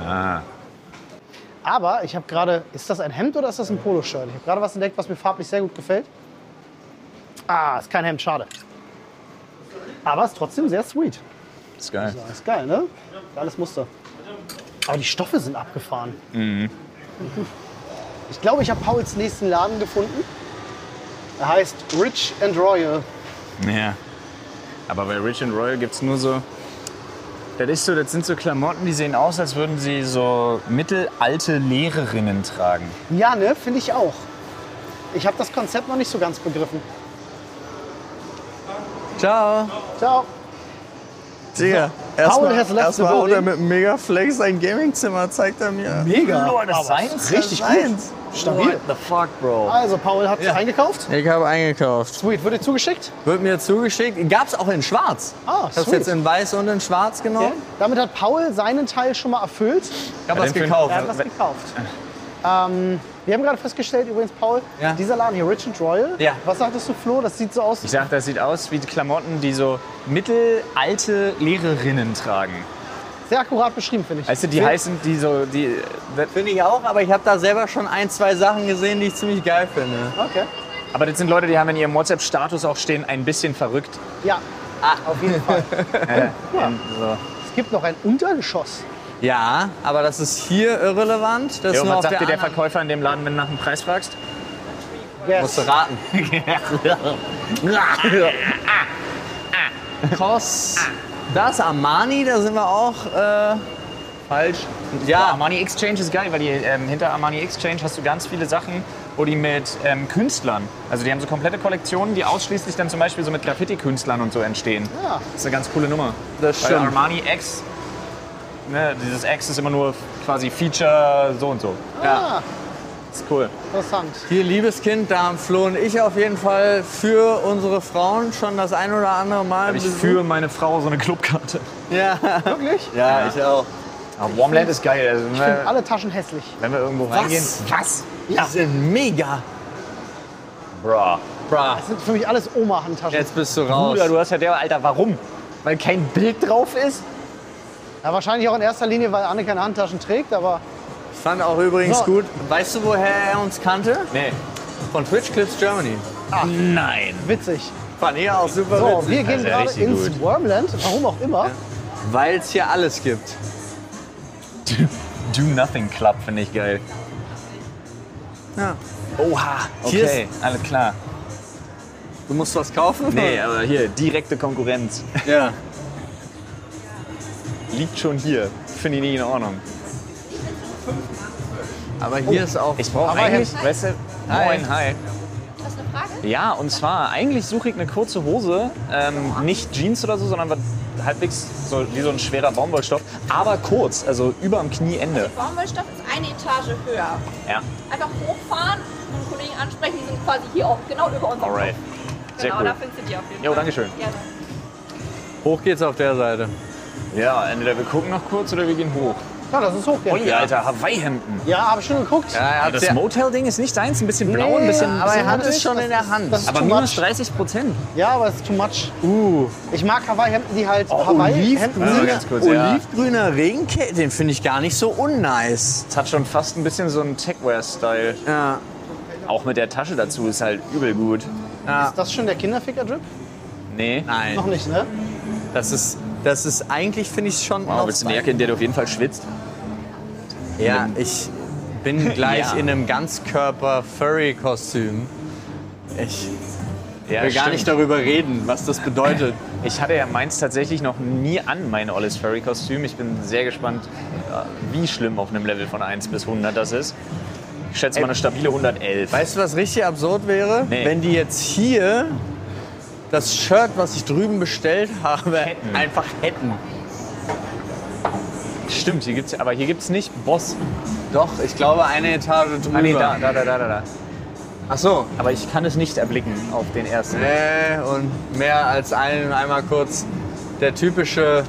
C: Ah.
A: Aber ich habe gerade, ist das ein Hemd oder ist das ein Poloshirt? Ich habe gerade was entdeckt, was mir farblich sehr gut gefällt. Ah, ist kein Hemd, schade. Aber ist trotzdem sehr sweet.
C: Ist geil.
A: Ja, ist geil, ne? Geiles Muster. Aber die Stoffe sind abgefahren. Ich glaube, ich habe Pauls nächsten Laden gefunden. Er heißt Rich and Royal.
C: Ja. Aber bei Rich and Royal gibt es nur so. Das, ist so, das sind so Klamotten, die sehen aus, als würden sie so mittelalte Lehrerinnen tragen.
A: Ja, ne? Finde ich auch. Ich habe das Konzept noch nicht so ganz begriffen.
B: Ciao.
A: Ciao.
B: Digga,
A: Paul has left the building.
B: mit dem Megaflex sein Gamingzimmer, zeigt er mir.
A: Mega.
C: das Seins?
A: Richtig gut.
B: Eins.
A: Stabil.
C: the fuck, Bro?
A: Also, Paul hat
B: Ja.
A: eingekauft.
B: Ich habe eingekauft.
A: Sweet, wurde dir zugeschickt?
B: Wird mir zugeschickt. Gab's auch in schwarz.
A: Ah,
B: Ich hab's
A: sweet.
B: jetzt in weiß und in schwarz genommen.
A: Damit hat Paul seinen Teil schon mal erfüllt.
B: Ich habe
C: Ja,
B: was
C: den Film-
B: gekauft.
A: Er hat was gekauft. Ähm, wir haben gerade festgestellt, übrigens, Paul,
B: Ja.
A: dieser Laden hier, Rich and Royal.
B: Ja.
A: Was sagtest du, Flo? Das sieht so aus.
C: Ich sag, das sieht aus wie Klamotten, die so mittelalte Lehrerinnen tragen.
A: Sehr akkurat beschrieben, finde ich.
C: Weißt du, die heißen, die so. Die, das,
B: Finde ich auch, aber ich habe da selber schon ein, zwei Sachen gesehen, die ich ziemlich geil finde.
A: Okay.
C: aber das sind Leute, die haben in ihrem WhatsApp-Status auch stehen, ein bisschen verrückt.
A: Ja, Ah, auf jeden Fall.
C: So.
A: es gibt noch ein Untergeschoss.
B: Ja, aber das ist hier irrelevant. Das ist
C: Jo,
B: nur
C: was
B: auf
C: sagt
B: der
C: dir der
B: anderen-
C: Verkäufer in dem Laden, wenn du nach dem Preis fragst?
B: Musst du raten. Kos. Das Armani, da sind wir auch. Äh,
C: Falsch. Ja,
B: Ja.
C: Armani Exchange ist geil, weil die, ähm, hinter Armani Exchange hast du ganz viele Sachen, wo die mit ähm, Künstlern, also die haben so komplette Kollektionen, die ausschließlich dann zum Beispiel so mit Graffiti-Künstlern und so entstehen.
A: Ja.
C: Das ist eine ganz coole Nummer.
B: Das
C: Weil
B: stimmt.
C: Armani X, ne, dieses X ist immer nur quasi Feature so und so.
A: Ja. Ah,
C: Ist cool.
A: interessant.
B: hier, liebes Kind, da haben Flo und ich auf jeden Fall für unsere Frauen schon das ein oder andere Mal.
C: Habe ich
B: besucht.
C: für meine Frau so eine Clubkarte.
B: Ja.
A: Wirklich?
B: ja, ich auch.
C: Aber Warmland ist geil. Also, wenn, wir,
A: Alle Taschen hässlich.
C: wenn wir irgendwo reingehen. Was?
B: Ja. Die sind mega.
C: Bra.
B: Bra.
A: Das sind für mich alles Oma-Handtaschen.
B: Jetzt bist du raus.
C: Bruder, du hast ja der, Alter, warum? Weil kein Bild drauf ist?
A: Ja, wahrscheinlich auch in erster Linie, weil Anne keine Handtaschen trägt, aber
B: Ich fand auch übrigens
A: So.
B: gut. Weißt du, woher er uns kannte?
C: Nee.
B: Von Twitch Clips Germany.
C: Nein.
A: witzig.
B: Fand ich auch super
A: So,
B: witzig.
A: wir gehen
C: ja
A: gerade
C: richtig
A: ins
C: gut.
A: Wormland, warum auch immer.
B: Weil es hier alles gibt.
C: Do, Do Nothing Club finde ich geil.
B: Oha, hier
C: Okay, alles klar.
B: ist, du musst was kaufen?
C: Nee, aber hier, direkte Konkurrenz.
B: Ja.
C: Liegt schon hier. Finde ich nicht in Ordnung.
B: Aber hier ist auch.
C: Ich brauche
A: Aber
C: eigentlich,
A: Hemd.
C: weißt du,
B: Hi.
C: moin, hi.
D: Das ist eine Frage.
C: Ja, und zwar, eigentlich suche ich eine kurze Hose, ähm, nicht Jeans oder so, sondern was halbwegs so, wie so ein schwerer Baumwollstoff, aber kurz, also über am Knieende.
D: Baumwollstoff ist eine Etage höher.
C: Ja,
D: Einfach hochfahren und einen Kollegen ansprechen, die sind quasi hier auch genau über uns.
C: alright. Sehr
D: genau,
C: cool.
D: da findest du die auf jeden Fall.
C: Jo, dankeschön.
D: Gerne.
B: Hoch geht's auf der Seite.
C: Ja, entweder wir gucken noch kurz oder wir gehen hoch.
A: Ja, das ist hochgehen.
C: Ui, Alter, Hawaii-Hemden.
A: Ja, habe ich schon geguckt.
B: Ja, Äh, er hat's
C: Das
B: ja-
C: Motel-Ding ist nicht deins, ein bisschen blau, ein bisschen.
B: aber er hat
A: hungrig,
B: es schon
A: das
B: in der
A: ist-
B: Hand.
A: das ist
C: aber
A: too much.
C: minus 30 Prozent.
A: Ja, aber es ist too much.
B: Uh,
A: Ich mag Hawaii-Hemden, die halt
B: oh,
A: Hawaii-Hemden
C: Also
A: sind.
B: olivgrüner,
C: ganz kurz, ja.
B: olivgrüner Regencape, den finde ich gar nicht so unnice.
C: Es hat schon fast ein bisschen so einen Techwear-Style.
B: Ja,
C: Auch mit der Tasche dazu ist halt übel gut.
B: ja.
A: Ist das schon der Kinderficker-Drip?
C: Nee.
A: Noch
B: Nein,
A: nicht, ne?
B: das ist, das ist eigentlich finde ich schon
C: Wow,
B: noch
C: willst du eine
B: zwei-
C: Jacke, in der du auf jeden Fall schwitzt?
B: Ja, ich bin gleich
C: Ja.
B: in einem Ganzkörper-Furry-Kostüm. Ich
C: Ja,
B: will gar nicht darüber reden, was das bedeutet.
C: Ich hatte ja meins tatsächlich noch nie an, mein Ollis Ferry Kostüm. Ich bin sehr gespannt, äh, wie schlimm auf einem Level von 1 bis 100 das ist. Ich schätze mal eine stabile 111.
B: Weißt du, was richtig absurd wäre?
C: Nee.
B: Wenn die jetzt hier das Shirt, was ich drüben bestellt habe,
C: Hätten.
B: einfach hätten.
C: Stimmt, hier gibt's, aber hier gibt es nicht Boss.
B: Doch, ich glaube eine Etage drüber.
C: Ah, nee, da, da, da, da, da. da.
B: Ach so.
C: Aber ich kann es nicht erblicken auf den ersten.
B: Nee, Äh, und mehr als einen, einmal kurz der typische,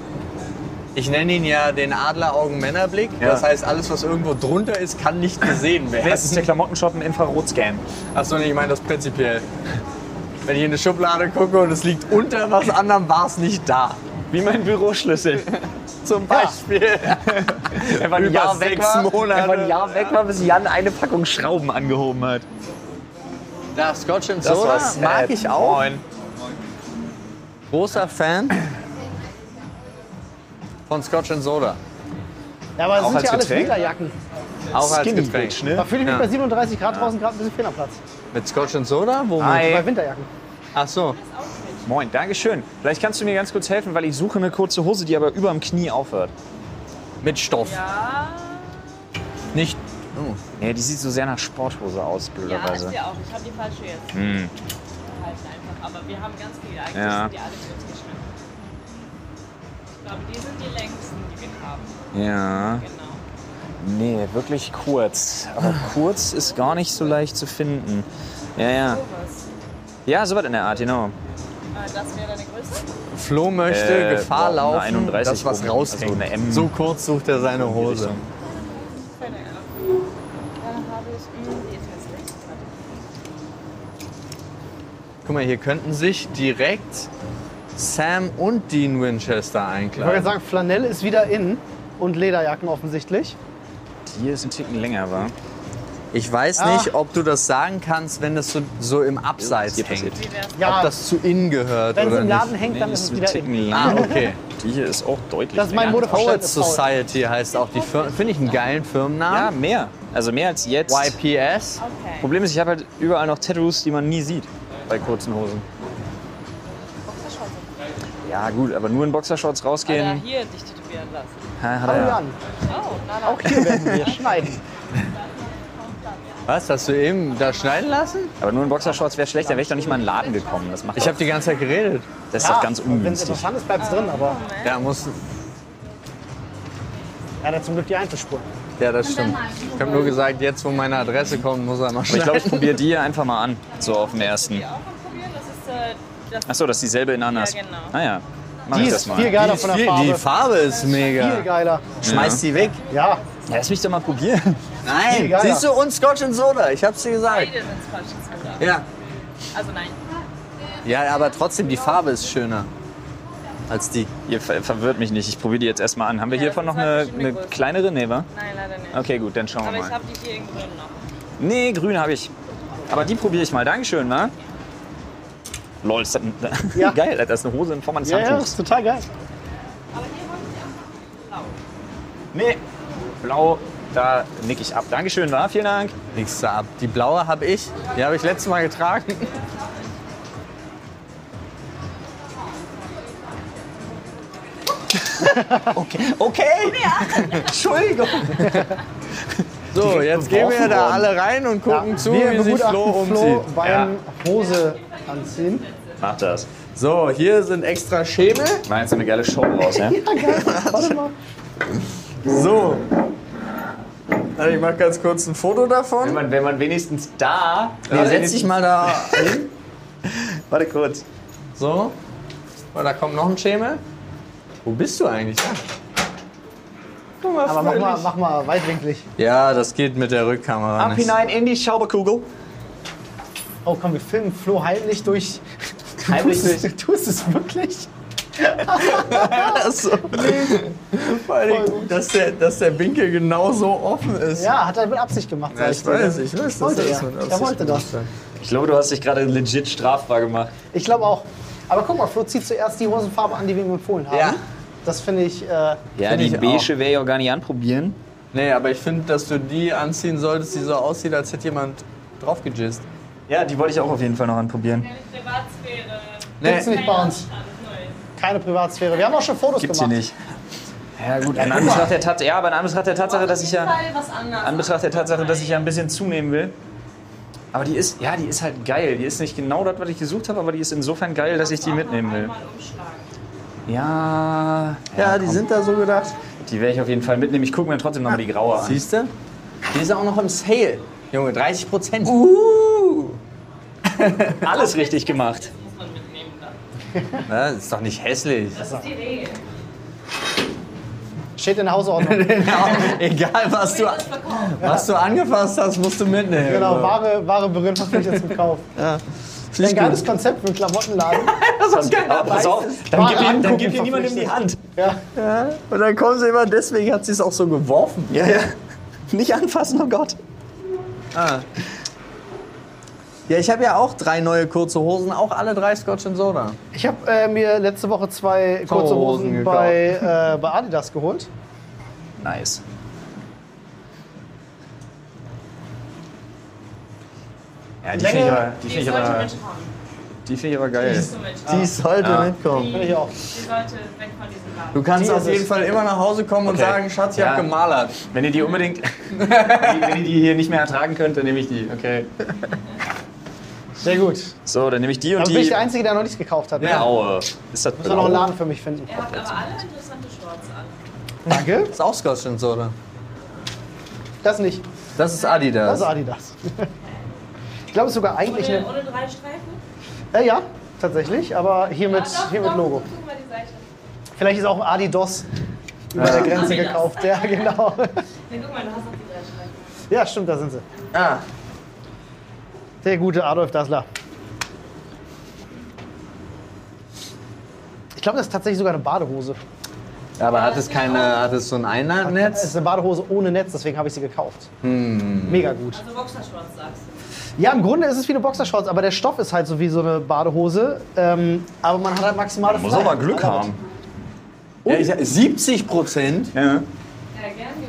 B: ich nenne ihn ja den Adleraugen-Männerblick.
C: Ja.
B: Das heißt, alles, was irgendwo drunter ist, kann nicht gesehen werden.
C: Das ist der Klamottenshop im Infrarotscan.
B: Achso, nee, ich meine das prinzipiell. Wenn ich in eine Schublade gucke und es liegt unter was anderem, war es nicht da.
C: Wie mein Büroschlüssel.
B: Zum Beispiel.
C: Er war ein
B: Über
C: Jahr weg
B: sechs
C: war,
B: Monate.
C: Er war ein Jahr weg war, bis Jan eine Packung Schrauben angehoben hat.
B: Da, Scotch and Soda mag
C: äh,
B: ich auch.
C: Moin.
B: Großer Fan von Scotch and Soda.
A: Ja, aber es
C: Auch
A: sind
C: als
A: ja alles
C: Getränk?
A: Winterjacken.
B: Auch als
C: Skinny
B: Getränk.
C: Bitch, ne?
A: Da fühle ich mich
B: Ja.
A: bei 37 Grad draußen gerade ein bisschen fehl am Platz. Also
B: Mit Scotch and Soda? Womit?
C: Hi.
A: Bei Winterjacken.
B: Ach so.
C: Moin, Dankeschön. Vielleicht kannst du mir ganz kurz helfen, weil ich suche eine kurze Hose, die aber über dem Knie aufhört.
B: Mit Stoff. Nicht. Oh.
C: Ja, die sieht so sehr nach Sporthose aus,
D: Ja,
C: blöderweise. Hm.
D: ist ja auch. Ich habe die falsche jetzt. Halten einfach. Aber wir haben ganz viele. Eigentlich
C: Ja.
D: sind die alle kurz geschnitten. Ich glaube, die sind die längsten, die wir haben.
C: Ja.
D: Genau.
C: Nee, wirklich kurz. Aber
A: Ah.
C: kurz ist gar nicht so leicht zu finden. Ja, ja. Ja, sowas in der Art, genau.
D: Äh, Das wäre deine Größe?
B: Flo möchte
C: Äh,
B: Gefahr
C: boah, eine
B: laufen,
C: 31
B: dass was
C: oben.
B: rauskommt.
C: Also eine M.
B: So kurz sucht er seine Hose.
C: Richtung.
D: Keine Ahnung. Dann habe ich. mh, Die ist hässlich.
B: Guck mal, hier könnten sich direkt Sam und Dean Winchester
A: Ich wollte
B: einkleiden.
A: gerade sagen, Flanell ist wieder in und Lederjacken offensichtlich.
C: Hier ist ein Ticken länger, war.
B: Ich weiß nicht, ob du das sagen kannst, wenn das so, so im Abseits
C: Hier
B: hängt.
C: passiert.
A: Ja,
B: Ob das zu innen gehört
A: wenn es
B: oder
A: im Laden
B: nicht.
A: hängt, dann ist es
C: ein
A: wieder in.
C: Ticken
B: Ah,
C: länger.
B: okay.
C: Die hier ist auch deutlich
A: Das ist mein
C: länger.
B: Poet
A: Verständnis, Paul.
B: Society heißt auch die Firma. Finde ich einen geilen
C: Ja,
B: Firmennamen.
C: mehr. Also mehr als jetzt.
B: YPS.
D: Okay.
C: Problem ist, ich habe halt überall noch Tattoos, die man nie sieht bei kurzen Hosen. Ja gut, aber nur in Boxershorts
D: Ja,
C: rausgehen.
D: hier dich tätowieren lassen.
C: Ha, hat
A: Fangen
C: er
A: wir
C: ja.
A: an.
D: Oh, na, na.
A: Auch hier werden wir schneiden.
B: Was, hast du eben da schneiden lassen?
C: Aber nur in Boxershorts wäre schlecht, da wäre ich doch nicht mal in den Laden gekommen. Das, macht
B: Ich habe die ganze Zeit geredet.
C: das ist doch ganz
A: Wenn es
C: ungünstig.
A: interessant ist, bleibt es drin, aber
B: Ja, muss,
A: er hat ja zum Glück die Einzelspur.
B: ja das stimmt. Ich habe nur gesagt, jetzt wo meine Adresse kommt, muss er mal
C: Aber ich glaube,
B: schneiden.
C: ich probiere die hier einfach mal an, so auf dem ersten.
D: Auch mal probieren. Das ist. Äh, das
C: Achso, das ist dieselbe in anders.
D: Ja, genau.
C: Naja, mach
A: Die
C: ich
A: ist
C: das mal.
A: viel geiler von der
B: die, die
A: Farbe.
B: Farbe ist
A: Viel
B: mega.
A: geiler.
B: Schmeiß die weg.
A: Ja,
C: Ja, lass mich doch mal probieren.
A: Viel
B: Nein,
A: geiler.
B: siehst du, und Scotch and Soda, ich hab's dir gesagt.
D: beide sind falsch. oder?
B: Ja.
D: Also nein.
B: ja, aber trotzdem, die Farbe ist schöner als die.
C: Ihr ver verwirrt mich nicht, ich probiere die jetzt erstmal an. Haben wir
D: Ja,
C: hiervon
D: das
C: noch
D: ist halt
C: eine,
D: verschiedene
C: eine
D: Größen.
C: kleinere? Nee, wa?
D: Nein, leider nicht.
C: Okay, gut, dann schauen
D: Aber
C: wir
D: ich
C: mal.
D: habe die hier in grün noch.
C: Nee, grün habe ich. Aber die probiere ich mal. Dankeschön, ne? Lol, ist das ein,
A: Ja.
C: geil, Alter, das ist eine Hose in Form eines
A: Ja, ja,
C: Handtuchs.
A: ist total geil.
C: Nee, blau, da nick ich ab. Dankeschön, war, vielen Dank.
B: Nix da ab. Die blaue habe ich. Die habe ich letztes Mal getragen.
C: Okay, okay. Entschuldigung.
B: So, jetzt gehen wir da alle rein und gucken zu, wie sich
A: begutachten
B: Flo umzieht.
A: beim Hose anziehen.
C: Mach das.
B: So, hier sind extra Schemel.
C: War jetzt eine geile Show raus, ja?
A: Ja, geil. Warte mal.
B: So. Also ich mache ganz kurz ein Foto
C: Wenn
B: davon.
C: man, wenn man wenigstens da.
B: Nee, setz dich mal da hin.
C: Warte kurz.
B: So. Oh, da kommt noch ein Schemel. Wo bist du eigentlich? Ja. Guck mal,
A: Aber mach mal,
B: fröhlich.
A: mach mal weitwinklig.
B: Ja, das geht mit der Rückkamera
C: Ab
B: nicht.
C: hinein in die Schauberkugel.
A: Oh komm, wir filmen Flo heimlich durch.
C: Heimlich
A: du, tust, du tust es wirklich?
B: Das, so. Vor allen Dingen, dass, der, dass der Winkel genau so offen ist.
A: Ja, hat er mit Absicht gemacht.
B: Ja,
A: sag
B: ich
A: dir.
B: weiß, ich weiß, dass
A: Wollte
B: er das
A: er.
B: mit
A: Er
B: Absicht
A: wollte das.
B: gemacht
C: Ich glaube, du hast dich gerade legit strafbar gemacht.
A: Ich glaube auch. Aber guck mal, Flo zieht zuerst die Hosenfarbe an, die wir ihm empfohlen haben.
B: Ja.
A: Das finde ich. Äh,
C: Ja,
B: Find
C: die
B: ich auch.
C: beige wäre ja auch gar nicht anprobieren.
B: hat. Nee, aber ich finde, dass du die anziehen solltest, die so aussieht, als hätte jemand draufgejizzt.
C: Ja, die wollte ich auch auf jeden Fall noch anprobieren.
D: Keine Privatsphäre.
A: gibt's nicht bei uns.
D: Alles Neues.
A: Keine Privatsphäre. Wir haben auch schon Fotos
C: Gibt's hier
A: gemacht.
C: nicht. Ja gut, in Anbetracht der Tatsache, ja, aber in Anbetracht der Tatsache, dass ich ja,
D: Fall was anderes.
C: in Anbetracht der Tatsache, dass ich ja ein bisschen zunehmen will. Aber die ist, ja, die ist halt geil. Die ist nicht genau das, was ich gesucht habe, aber die ist insofern geil, dass ich die mitnehmen will.
D: Mal umschlagen.
C: Ja,
B: Ja, die sind da so gedacht.
C: die werde ich auf jeden Fall mitnehmen. Ich gucke mir trotzdem nochmal die graue an.
B: Siehst du? Die ist auch noch im Sale. Junge, 30 Prozent. Uh.
C: Alles richtig gemacht.
D: Das muss man mitnehmen dann.
B: Das ist doch nicht hässlich.
D: Das ist die Regel.
A: Steht in der Hausordnung.
B: Egal, was du,
D: Das verkauft.
B: was du angefasst hast, musst du mitnehmen.
A: genau, wahre, wahre Berührungsfläche zum Kauf. Ein geiles Konzept für einen Klamottenladen.
C: Pass, pass auf, dann gib ihm, dann gib ihm niemandem die Hand.
A: Ja.
B: Und dann kommen sie immer, deswegen hat sie es auch so geworfen.
C: Ja, ja. Nicht anfassen, oh Gott.
A: Ah.
B: Ja, ich habe ja auch drei neue kurze Hosen, auch alle drei Scotch and Soda.
A: Ich habe äh, mir letzte Woche zwei kurze
B: Hosen
A: Hosen
B: gekauft.
A: bei, äh, bei Adidas geholt.
C: Nice. Ja, die finde ich aber, die
D: Die
C: find ich aber, die find
D: sollte mitkommen.
C: ich aber geil.
D: Die sollte
B: Die sollte
C: Ja.
B: mitkommen.
A: Finde ich auch.
D: Die sollte weg von diesem
B: Du
D: Laden.
B: kannst
A: Die
B: auf
A: ist
B: jeden
A: es.
B: Fall immer nach Hause kommen und
C: Okay.
B: sagen, Schatz, ich hab
C: Ja.
B: habe gemalert.
C: Wenn ihr die unbedingt, wenn ihr- wenn ihr die hier nicht mehr ertragen könnt, dann nehme ich die. Okay.
A: Sehr gut.
C: So, dann nehme ich die und
A: Aber bin ich
C: die.
A: der Einzige, der noch nichts gekauft hat. ne?
C: Blaue. Ist das
A: Muss man noch einen
C: blau?
A: Laden für mich finden.
D: Er hat aber alle interessante Shorts an.
A: Danke.
B: Ist auch Scotch and Soda.
A: Das nicht.
B: Das ist Adidas.
A: Das ist Adidas. Ich glaube, es ist sogar eigentlich
D: Ohne,
A: eine.
D: ohne drei Streifen?
A: Äh, ja, tatsächlich. Aber hier mit,
D: Ah, doch,
A: hier mit
D: doch,
A: Logo.
D: guck mal die Seite.
A: Vielleicht ist auch Adidas über der Grenze
D: Adidas.
A: gekauft. Ja, genau.
D: Na, guck mal, du hast noch die drei Streifen.
A: Ja, stimmt, da sind sie.
B: ah.
A: Der gute Adolf Dassler. Ich glaube, das ist tatsächlich sogar eine Badehose.
B: Aber hat es keine, hat es so ein
A: Es ist
B: Einladnetz?
A: eine Badehose ohne Netz, deswegen habe ich sie gekauft.
C: Hm.
A: Mega gut.
D: Also Boxershorts sagst du.
A: Ja, im Grunde ist es wie eine Boxershorts, aber der Stoff ist halt so wie so eine Badehose. Ähm, aber man hat halt maximale
C: Muss aber Glück
A: Freiheit.
C: haben.
A: Oh.
B: Ja, ich, 70 Prozent.
C: Ja.
D: Ja, gern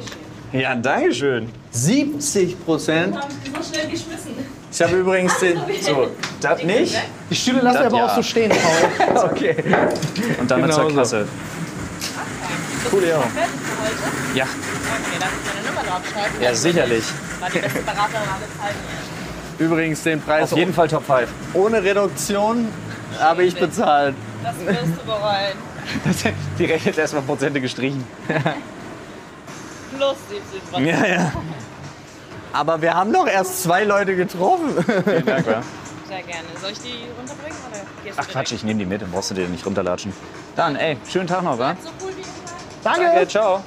D: geschehen.
C: Ja, Dankeschön.
B: 70 Prozent.
D: Haben die so schnell geschmissen.
B: Ich habe übrigens den. So.
C: Das nicht?
A: Die Stühle lassen wir
C: Das
A: aber
C: ja.
A: auch so stehen, Paul.
B: Okay.
C: Und damit
B: Genau
C: zur
B: so.
C: Kasse.
B: Cool, ja.
D: Fertig für heute.
C: Ja,
D: Okay, darf ich meine Nummer draufschreiben?
C: ja, sicherlich.
D: War die beste Beraterin aller Zeiten.
B: Übrigens den Preis
C: Auf jeden Fall Top 5.
B: ohne Reduktion habe ich bezahlt.
D: Das wirst du bereuen.
C: Die rechnet erstmal Prozente gestrichen.
D: Plus 70 Prozent.
C: Ja, ja.
B: Aber wir haben doch erst zwei Leute getroffen.
C: Vielen Dank, wa?
D: Sehr gerne. Soll ich die runterbringen oder gehst du
C: Ach Quatsch, ich nehme die mit, dann brauchst du dir nicht runterlatschen. Dann, ey, schönen Tag noch, wa?
D: direkt? So cool wie immer.
A: Danke.
C: ciao.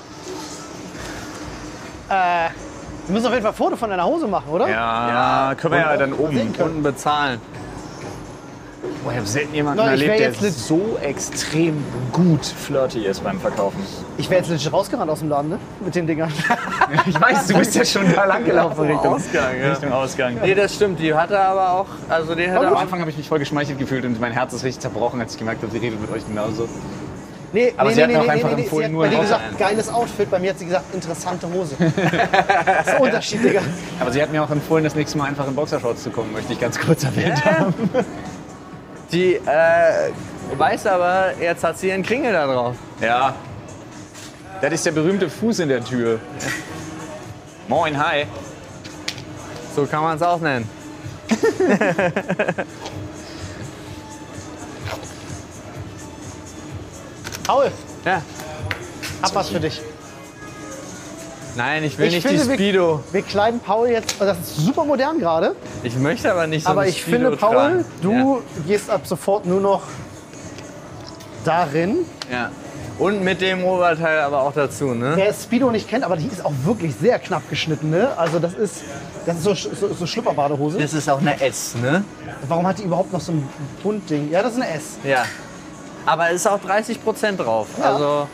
A: Wir müssen auf jeden Fall ein Foto von deiner Hose machen, oder?
C: Ja, können wir ja dann oben.
B: Kunden bezahlen.
C: Boah, ich habe selten jemanden
A: Na, ich wär
C: erlebt, der
A: jetzt lit-
C: so extrem gut flirty ist beim Verkaufen.
A: Ich wäre jetzt legit rausgerannt aus dem Laden, ne? Mit den Dingern.
C: Ich weiß, du bist ja schon da lang gelaufen Richtung
B: Ausgang, ja.
C: Richtung Ausgang.
B: Nee, das stimmt. Die hatte aber auch, also die hatte
C: Am
B: auch
C: Anfang habe ich mich voll geschmeichelt gefühlt und mein Herz ist richtig zerbrochen, als ich gemerkt habe, sie redet mit euch genauso.
A: Nee,
C: Aber
A: nee,
C: sie hat
A: nee,
C: mir
A: nee,
C: auch einfach
A: nee, nee,
C: empfohlen,
A: Sie hat
C: nur
A: bei dir
C: raus
A: gesagt,
C: rein.
A: geiles Outfit. Bei mir hat sie gesagt, interessante Hose. das ist ein Unterschied, Digga.
C: Aber sie hat mir auch empfohlen, das nächste Mal einfach in Boxershorts zu kommen, möchte ich ganz kurz erwähnt haben.
B: Die äh, weiß aber, jetzt hat sie ihren Kringel da drauf.
C: Ja. Das ist der berühmte Fuß in der Tür. Moin, hi.
B: So kann man es auch nennen.
A: Paul,
B: Ja.
A: hab was für dich.
B: Nein, ich will
A: Ich
B: nicht
A: finde,
B: die
A: wir-
B: Speedo.
A: Wir kleiden Paul jetzt, das ist super modern gerade,
B: Ich möchte aber nicht so
A: aber
B: eine
A: ich
B: Speedo
A: finde, Paul,
B: tragen.
A: du gehst ab sofort nur noch darin.
B: Ja. ja. Und mit dem Oberteil aber auch dazu, ne?
A: Wer Speedo nicht kennt, aber die ist auch wirklich sehr knapp geschnitten, ne? Also das ist, das ist so, Sch- so, so Schlüpperbadehose.
B: Das ist auch eine S, ne?
A: Warum hat die überhaupt noch so ein Buntding? Ja, das ist eine S.
B: Ja. Aber es ist auch 30 Prozent drauf.
A: Ja.
B: Also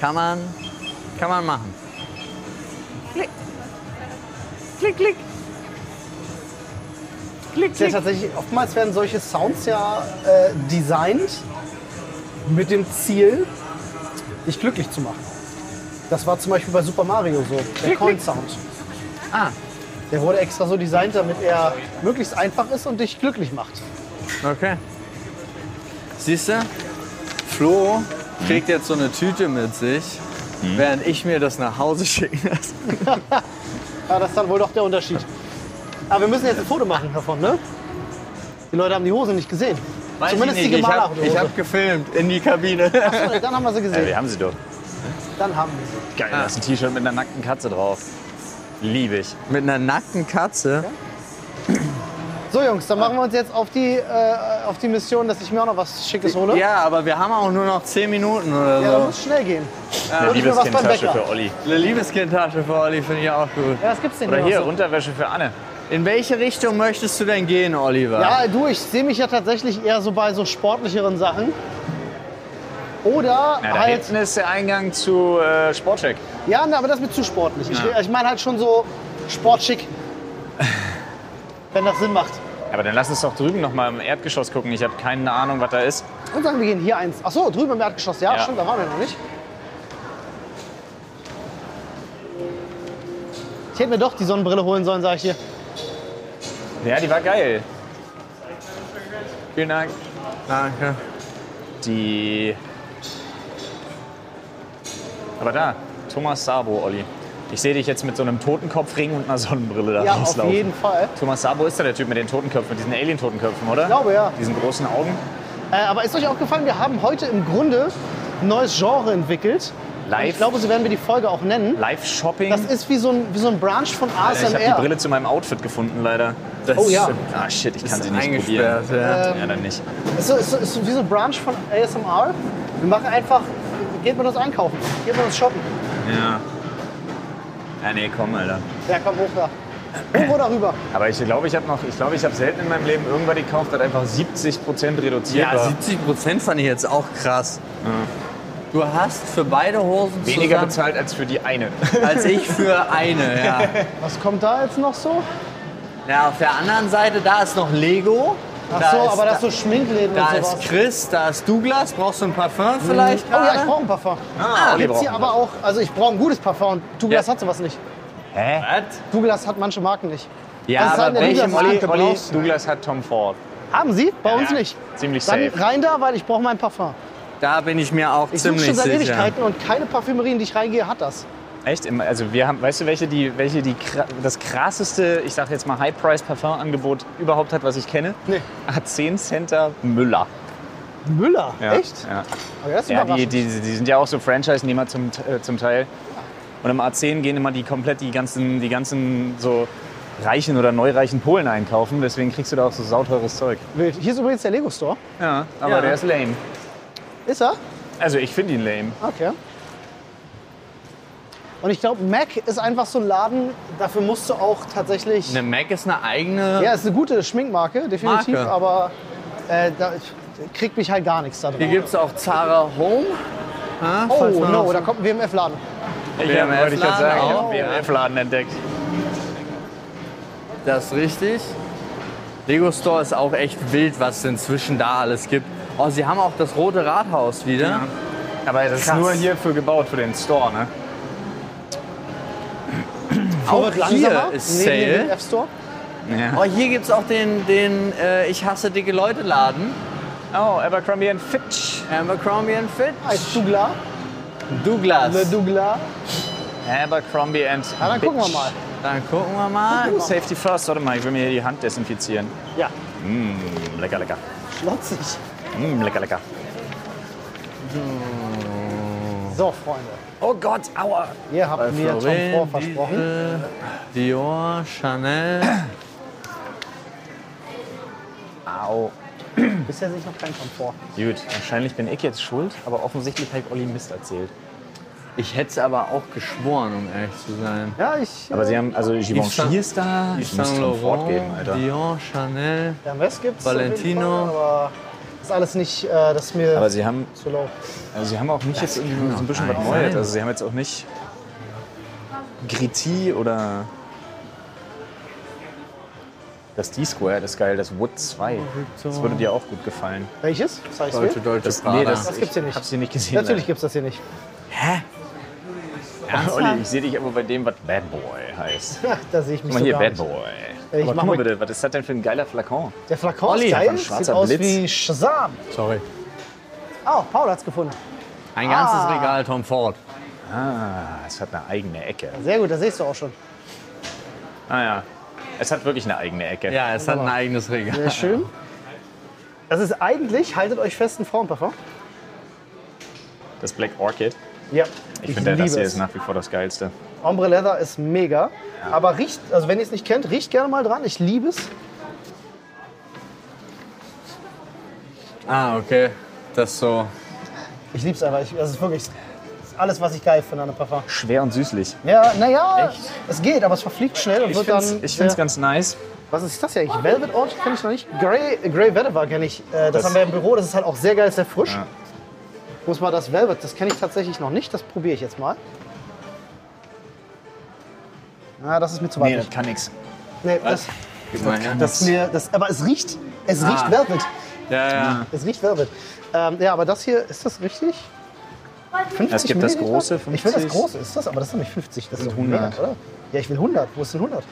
B: kann man, kann man machen. Klick. Klick, klick. Klick,
A: Ist ja
B: klick.
A: tatsächlich, oftmals werden solche Sounds ja äh, designt mit dem Ziel, dich glücklich zu machen. Das war zum Beispiel bei Super Mario so, der Coin-Sound.
B: Ah,
A: Der wurde extra so designt, damit er möglichst einfach ist und dich glücklich macht.
B: okay. Siehst du? Flo kriegt jetzt so eine Tüte mit sich, während ich mir das nach Hause schicken lasse.
A: Ja, das ist dann wohl doch der Unterschied. Aber wir müssen jetzt ein Foto machen davon, ne? Die Leute haben die Hose nicht gesehen.
B: Weiß
A: Zumindest
B: ich
A: die
B: nicht. Ich
A: gemahlhafte
B: habe
A: Hose.
B: hab gefilmt in die Kabine.
A: Achso, dann haben wir sie
C: Ja,
A: gesehen.
C: wir haben sie doch.
A: Dann haben wir sie.
C: Geil, da ist ein T-Shirt mit einer nackten Katze drauf. Liebe ich.
B: Mit einer nackten Katze.
A: So Jungs, dann machen wir uns jetzt auf die, äh, auf die Mission, dass ich mir auch noch was Schickes hole.
B: Ja, aber wir haben auch nur noch 10 Minuten oder
A: Ja, da
B: so.
A: muss schnell gehen.
C: Eine
A: ich mir was beim
C: Liebeskindtasche
A: Bäcker.
C: für Olli.
B: Eine Liebeskindtasche für Olli finde ich auch gut.
A: Ja, was gibt's denn
C: Oder
A: noch
C: hier,
A: so?
C: Unterwäsche für Anne.
B: In welche Richtung möchtest du denn gehen, Oliver?
A: Ja, du, ich sehe mich ja tatsächlich eher so bei so sportlicheren Sachen. Oder
C: Na, da
A: halt.
C: hinten ist der Eingang zu äh, Sportcheck.
A: Ja, ne, aber das ist mir zu sportlich. Ich, ich meine halt schon so sportschick. Wenn das Sinn macht.
C: Aber dann lass uns doch drüben noch mal im Erdgeschoss gucken. Ich habe keine Ahnung, was da ist.
A: Und sagen, wir gehen hier eins. Achso, drüben im Erdgeschoss. Ja,
C: Ja.
A: stimmt, da waren wir noch nicht. Ich hätte mir doch die Sonnenbrille holen sollen, sage ich dir.
C: Ja, die war geil. Vielen Dank.
B: Danke.
C: Die. Aber da, Thomas Sabo, Olli. Ich sehe dich jetzt mit so einem Totenkopfring und einer Sonnenbrille da
A: Ja, auf
C: rauslaufen.
A: jeden Fall.
C: Thomas Sabo ist da der Typ mit den Totenköpfen, mit diesen Alien-Totenköpfen, oder? Ich
A: glaube, ja.
C: Diesen großen Augen.
A: Äh, aber ist euch aufgefallen, wir haben heute im Grunde ein neues Genre entwickelt.
C: Live.
A: Ich glaube, so werden wir die Folge auch nennen.
C: Live-Shopping.
A: Das ist wie so ein, wie so ein Branch von
C: Alter, ich habe die
A: ASMR.
C: Brille zu meinem Outfit gefunden, leider. Das
A: Oh ja.
C: Ah, shit, ich kann
B: Ist
C: sie nicht probieren.
B: eingesperrt, ja.
A: Ähm,
C: Ja, dann nicht.
A: Ist so, ist, so, ist so wie so ein Branch von ASMR. Wir machen einfach, geht mit uns einkaufen, geht mit uns shoppen.
C: Ja. Ja, nee, komm, Alter.
A: Ja, komm hoch da. Hoch oder rüber?
C: Aber ich glaube, ich habe noch, ich glaube, ich habe selten in meinem Leben irgendwas gekauft, das einfach 70 reduziert
B: Ja,
C: war.
B: 70 Prozent fand ich jetzt auch krass. Du hast für beide Hosen zusammen,
C: Weniger bezahlt als für die eine.
B: als ich für eine. Ja.
A: Was kommt da jetzt noch so?
B: ja, auf der anderen Seite, da ist noch Lego.
A: Ach so,
B: ist,
A: aber das ist so Schminkläden
B: Da
A: und
B: ist
A: sowas.
B: Chris, da ist Douglas. Brauchst du ein Parfum vielleicht?
A: Oh ja, ich
B: gerade?
A: brauche ein Parfum.
C: Ah, Olli
A: Gibt's
C: braucht
A: hier
C: einen
A: aber auch, also ich brauche ein gutes Parfum. und Douglas
B: Ja.
A: hat sowas nicht.
C: Hä?
B: Was?
A: Douglas hat manche Marken nicht.
B: Ja,
A: Das ist halt
B: aber
A: der
B: welche
A: Douglas
B: Olli,
A: Marke
B: Olli,
A: brauchst.
C: Douglas hat Tom Ford.
A: Haben Sie? Bei
C: Ja,
A: uns
C: ja.
A: nicht.
C: Ziemlich
A: Dann
C: safe.
A: rein da, weil ich brauche mein Parfum.
B: Da bin ich mir auch
A: Ich suche
B: ziemlich
A: schon seit
B: sicher.
A: Ewigkeiten und keine Parfümerie, in die ich reingehe, hat das.
C: Echt? Im- Also wir haben, weißt du, welche die, welche die kra- das krasseste, ich sag jetzt mal High-Price-Parfum-Angebot überhaupt hat, was ich kenne?
A: Nee.
C: Hat 10 Center Müller.
A: Müller?
C: Ja.
A: Echt?
C: Ja.
A: Okay, das ist
C: Ja, die,
A: überraschend.
C: die, die sind ja auch so Franchise-Nehmer zum, äh, zum Teil. Und im A10 gehen immer die komplett die ganzen, die ganzen so reichen oder neureichen Polen einkaufen. Deswegen kriegst du da auch so sauteures Zeug.
A: Wild. Hier ist übrigens der Lego-Store.
C: Ja, aber der ist lame.
A: Ist er?
C: Also ich finde ihn lame.
A: Okay. Und Und ich glaube, Mac ist einfach so ein Laden, dafür musst du auch tatsächlich.
B: Eine Mac ist eine eigene.
A: Ja, ist eine gute Schminkmarke, definitiv,
B: Marke.
A: aber äh, da kriegt mich halt gar nichts da
B: Hier
A: drin.
B: gibt es auch Zara Home. Ja,
A: Oh,
B: falls man
A: no,
B: auf-
A: da kommt ein WMF-Laden.
C: Ja, wollte ich gerade sagen. Ich
B: auch.
C: habe einen BMF-Laden entdeckt.
B: Das ist richtig. Lego Store ist auch echt wild, was es inzwischen da alles gibt. Oh, sie haben auch das Rote Rathaus wieder.
A: Genau.
C: Aber das
B: Krass.
C: ist nur hierfür gebaut, für den Store, ne?
B: Auch
A: Vorwärts langsamer,
B: hier ist
A: neben dem
B: Sale.
A: WMF-Store.
B: Oh, hier gibt es auch den, den äh, Ich hasse dicke Leute Laden.
C: Oh, Abercrombie and Fitch.
B: Abercrombie and Fitch.
A: Heißt Douglas,
B: Ne, Douglas.
A: Le Douglas.
C: Abercrombie and
A: Ja, dann gucken wir
C: Fitch.
A: mal.
B: Dann gucken wir mal.
C: Safety first, warte mal, ich will mir hier die Hand desinfizieren.
A: Ja,
C: Mm, lecker, lecker.
A: schlotzig.
C: Mm, lecker, lecker.
A: So, Freunde,
C: Oh Gott, aua.
A: ihr habt mir Tom
B: Florin,
A: Ford versprochen.
B: Diesel, Dior, Chanel.
C: Au.
A: Bisher sehe ich noch keinen Komfort.
C: Gut, wahrscheinlich bin ich jetzt schuld, aber offensichtlich hat Olli Mist erzählt.
B: Ich hätte es aber auch geschworen, um ehrlich zu sein.
A: Ja, ich.
C: Aber sie haben, also Givenchy ist da.
B: Yves
C: Ich muss
B: Saint
C: Tom Ford
B: Laurent,
C: geben, Alter.
B: Dior, Chanel.
A: Ja, am Rest gibt's.
B: Valentino.
A: auf jeden Fall, aber ist alles nicht, äh, das ist mir
C: Aber sie haben,
A: zu low.
C: also sie haben auch nicht jetzt irgendwie so ein bisschen was
B: sein.
C: Neues. Also sie haben jetzt auch nicht Gritti oder das D-Square, das ist geil, das Wood 2. Das würde dir auch gut gefallen.
A: Welches? Das heißt
B: Deutsche,
A: Deutsche,
B: deutsche
C: Das,
B: Prada.
C: nee, das,
A: Das gibt's hier nicht.
C: Ich hab's hier nicht gesehen. ne?
A: Natürlich gibt's das hier nicht.
C: leider. Olli, ich sehe dich aber bei dem, was Bad Boy heißt.
A: Ja, da sehe ich mich
C: Guck mal
A: so
C: hier,
A: gar
C: Bad
A: nicht.
C: Boy.
A: ich
C: aber
A: mach
C: guck mal
A: mal-
C: bitte, was ist das denn für ein geiler Flakon?
A: Der Flakon
B: Olli,
A: ist geil,
C: ein schwarzer
A: sieht aus
C: Blitz.
A: wie Shazam.
B: Sorry.
A: Oh, Paul hat's gefunden.
B: Ein ganzes Regal Tom Ford.
C: Ah, es hat eine eigene Ecke.
A: Sehr gut, da siehst du auch schon.
C: Ah ja, es hat wirklich eine eigene Ecke.
B: Ja, es hat ein eigenes Regal.
A: Sehr schön. Das ist eigentlich, haltet euch fest, ein Frauenparfum.
C: Das Black Orchid.
A: Ja,
C: Ich, finde, das hier
A: es.
C: ist ne? nach wie vor das Geilste.
A: Ombre Leather ist mega. Aber riecht, also wenn ihr es nicht kennt, riecht gerne mal dran. Ich liebe es.
B: Ah, okay. Das ist so.
A: Ich liebe es einfach. Ich, das ist wirklich das ist alles, was ich geil finde an einem Parfum.
C: Schwer und süßlich.
A: Ja, naja, es geht, aber es verfliegt schnell und
C: Ich
A: wird
C: finde es
A: dann. sehr-
C: ganz nice.
A: Was ist das hier eigentlich? Velvet Orange kenne ich noch nicht. Grey, Grey Vetiver kenne ich. Äh, das, haben wir im Büro. Das ist halt auch sehr geil, sehr frisch.
C: Ja.
A: Muss mal das Velvet, das kenne ich tatsächlich noch nicht. Das probiere ich jetzt mal. Ah, das ist mir zu weit.
C: kann nix.
A: Nee, das,
B: Gib mal her.
A: das ist mir, das, aber es riecht, es riecht
C: Ah.
A: Velvet.
B: Ja, ja.
A: Es riecht Velvet. Ähm, ja, aber das hier, ist das richtig? 50
C: Es gibt das
A: Milliliter?
C: große,
A: Ich will das
C: 50.
A: große, ist das? Aber das sind nicht 50, das sind
C: 100.
A: 100, oder? Ja, ich will 100. Wo ist denn 100?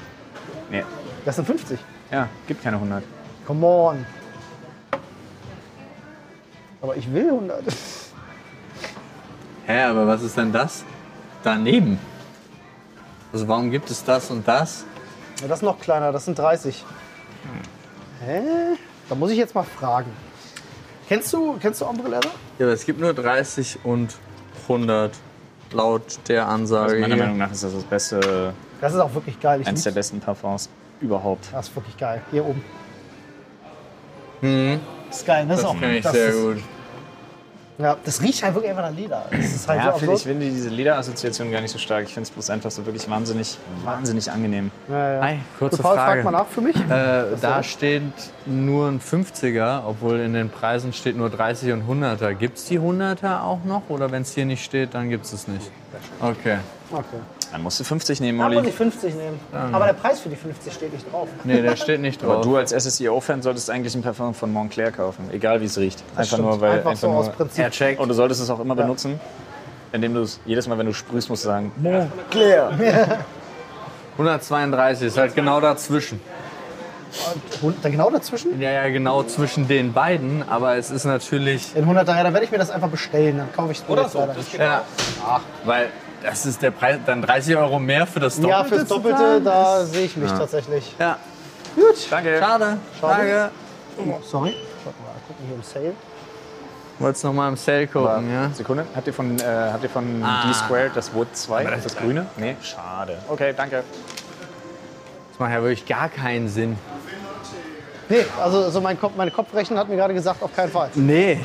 C: Nee.
A: Das sind 50.
C: Ja, gibt keine 100.
A: Come on. Aber ich will 100.
B: Hä, aber was ist denn das? Daneben. Also warum gibt es das und das?
A: Ja, Das ist noch kleiner, das sind 30. Hä? Da muss ich jetzt mal fragen. Kennst du, kennst du Ombre Leather?
B: Ja, aber es gibt nur 30 und 100 laut der
C: Also
B: Ansage.
C: meiner
B: hier.
C: Meinung nach ist das das beste,
A: Das ist auch wirklich geil. Ich
C: eines der
A: lieb's.
C: besten Parfums überhaupt.
A: das ist wirklich geil. Hier oben. Das ist geil, ne?
B: Hm. das
A: ist auch
B: kenne ich
A: das
B: sehr
A: ist,
B: gut.
A: Ja, das riecht halt wirklich einfach nach Leder. Das ist halt
C: Ja,
A: so
C: finde ich
A: absurd.
C: finde diese Lederassoziation gar nicht so stark. Ich finde es bloß einfach so wirklich wahnsinnig, wahnsinnig angenehm.
A: ja, ja.
B: Hi, kurze
A: Du, äh, Paul,
B: Frage.
A: frag mal nach für mich.
B: Äh,
A: war
B: da
A: das?
B: steht nur ein 50er, obwohl in den Preisen steht nur 30 und 100er. Gibt es die 100er auch noch? Oder wenn es hier nicht steht, dann gibt es es nicht? Okay.
A: Okay.
C: Dann musst du 50 nehmen,
A: Kann man die
C: Molly.
A: 50 nehmen.
B: Ah.
A: Aber der Preis für die 50 steht nicht drauf.
B: Nee, der steht nicht
C: Aber
B: drauf.
C: du als SSEO-Fan solltest eigentlich ein Parfum von Montclair kaufen, egal wie es riecht.
A: Das
C: Einfach
A: stimmt.
C: nur, weil
A: einfach, so
C: nur
A: aus Prinzip.
B: checkt.
C: Und du solltest es auch immer benutzen, indem du es jedes Mal, wenn du sprühst, musst du sagen, Montclair.
B: 132 ist halt genau dazwischen.
A: Und da genau dazwischen?
B: Ja, ja, genau zwischen den beiden, aber es ist natürlich.
A: In 100 Tagen, dann werde ich mir das einfach bestellen. Dann kaufe ich es Oder so.
B: Ja, weil das ist der Preis, dann 30 Euro mehr für das Doppelte.
A: Ja, fürs
B: zu zahlen.
A: Doppelte, da sehe ich mich tatsächlich.
B: Ja,
A: Gut.
C: Danke.
B: schade. Schade.
A: Oh, sorry. Warte mal, gucken hier im Sale.
B: Wolltest noch mal im Sale gucken, ja?
C: Sekunde, habt ihr von, äh, habt ihr von
B: Ah.
C: D-Squared das Wood 2, das, grüne? Nee, schade. Okay, danke.
B: Das macht ja wirklich gar keinen Sinn.
A: Nee, also so mein Kopf, meine Kopfrechnen hat mir gerade gesagt, auf keinen Fall.
B: Nee.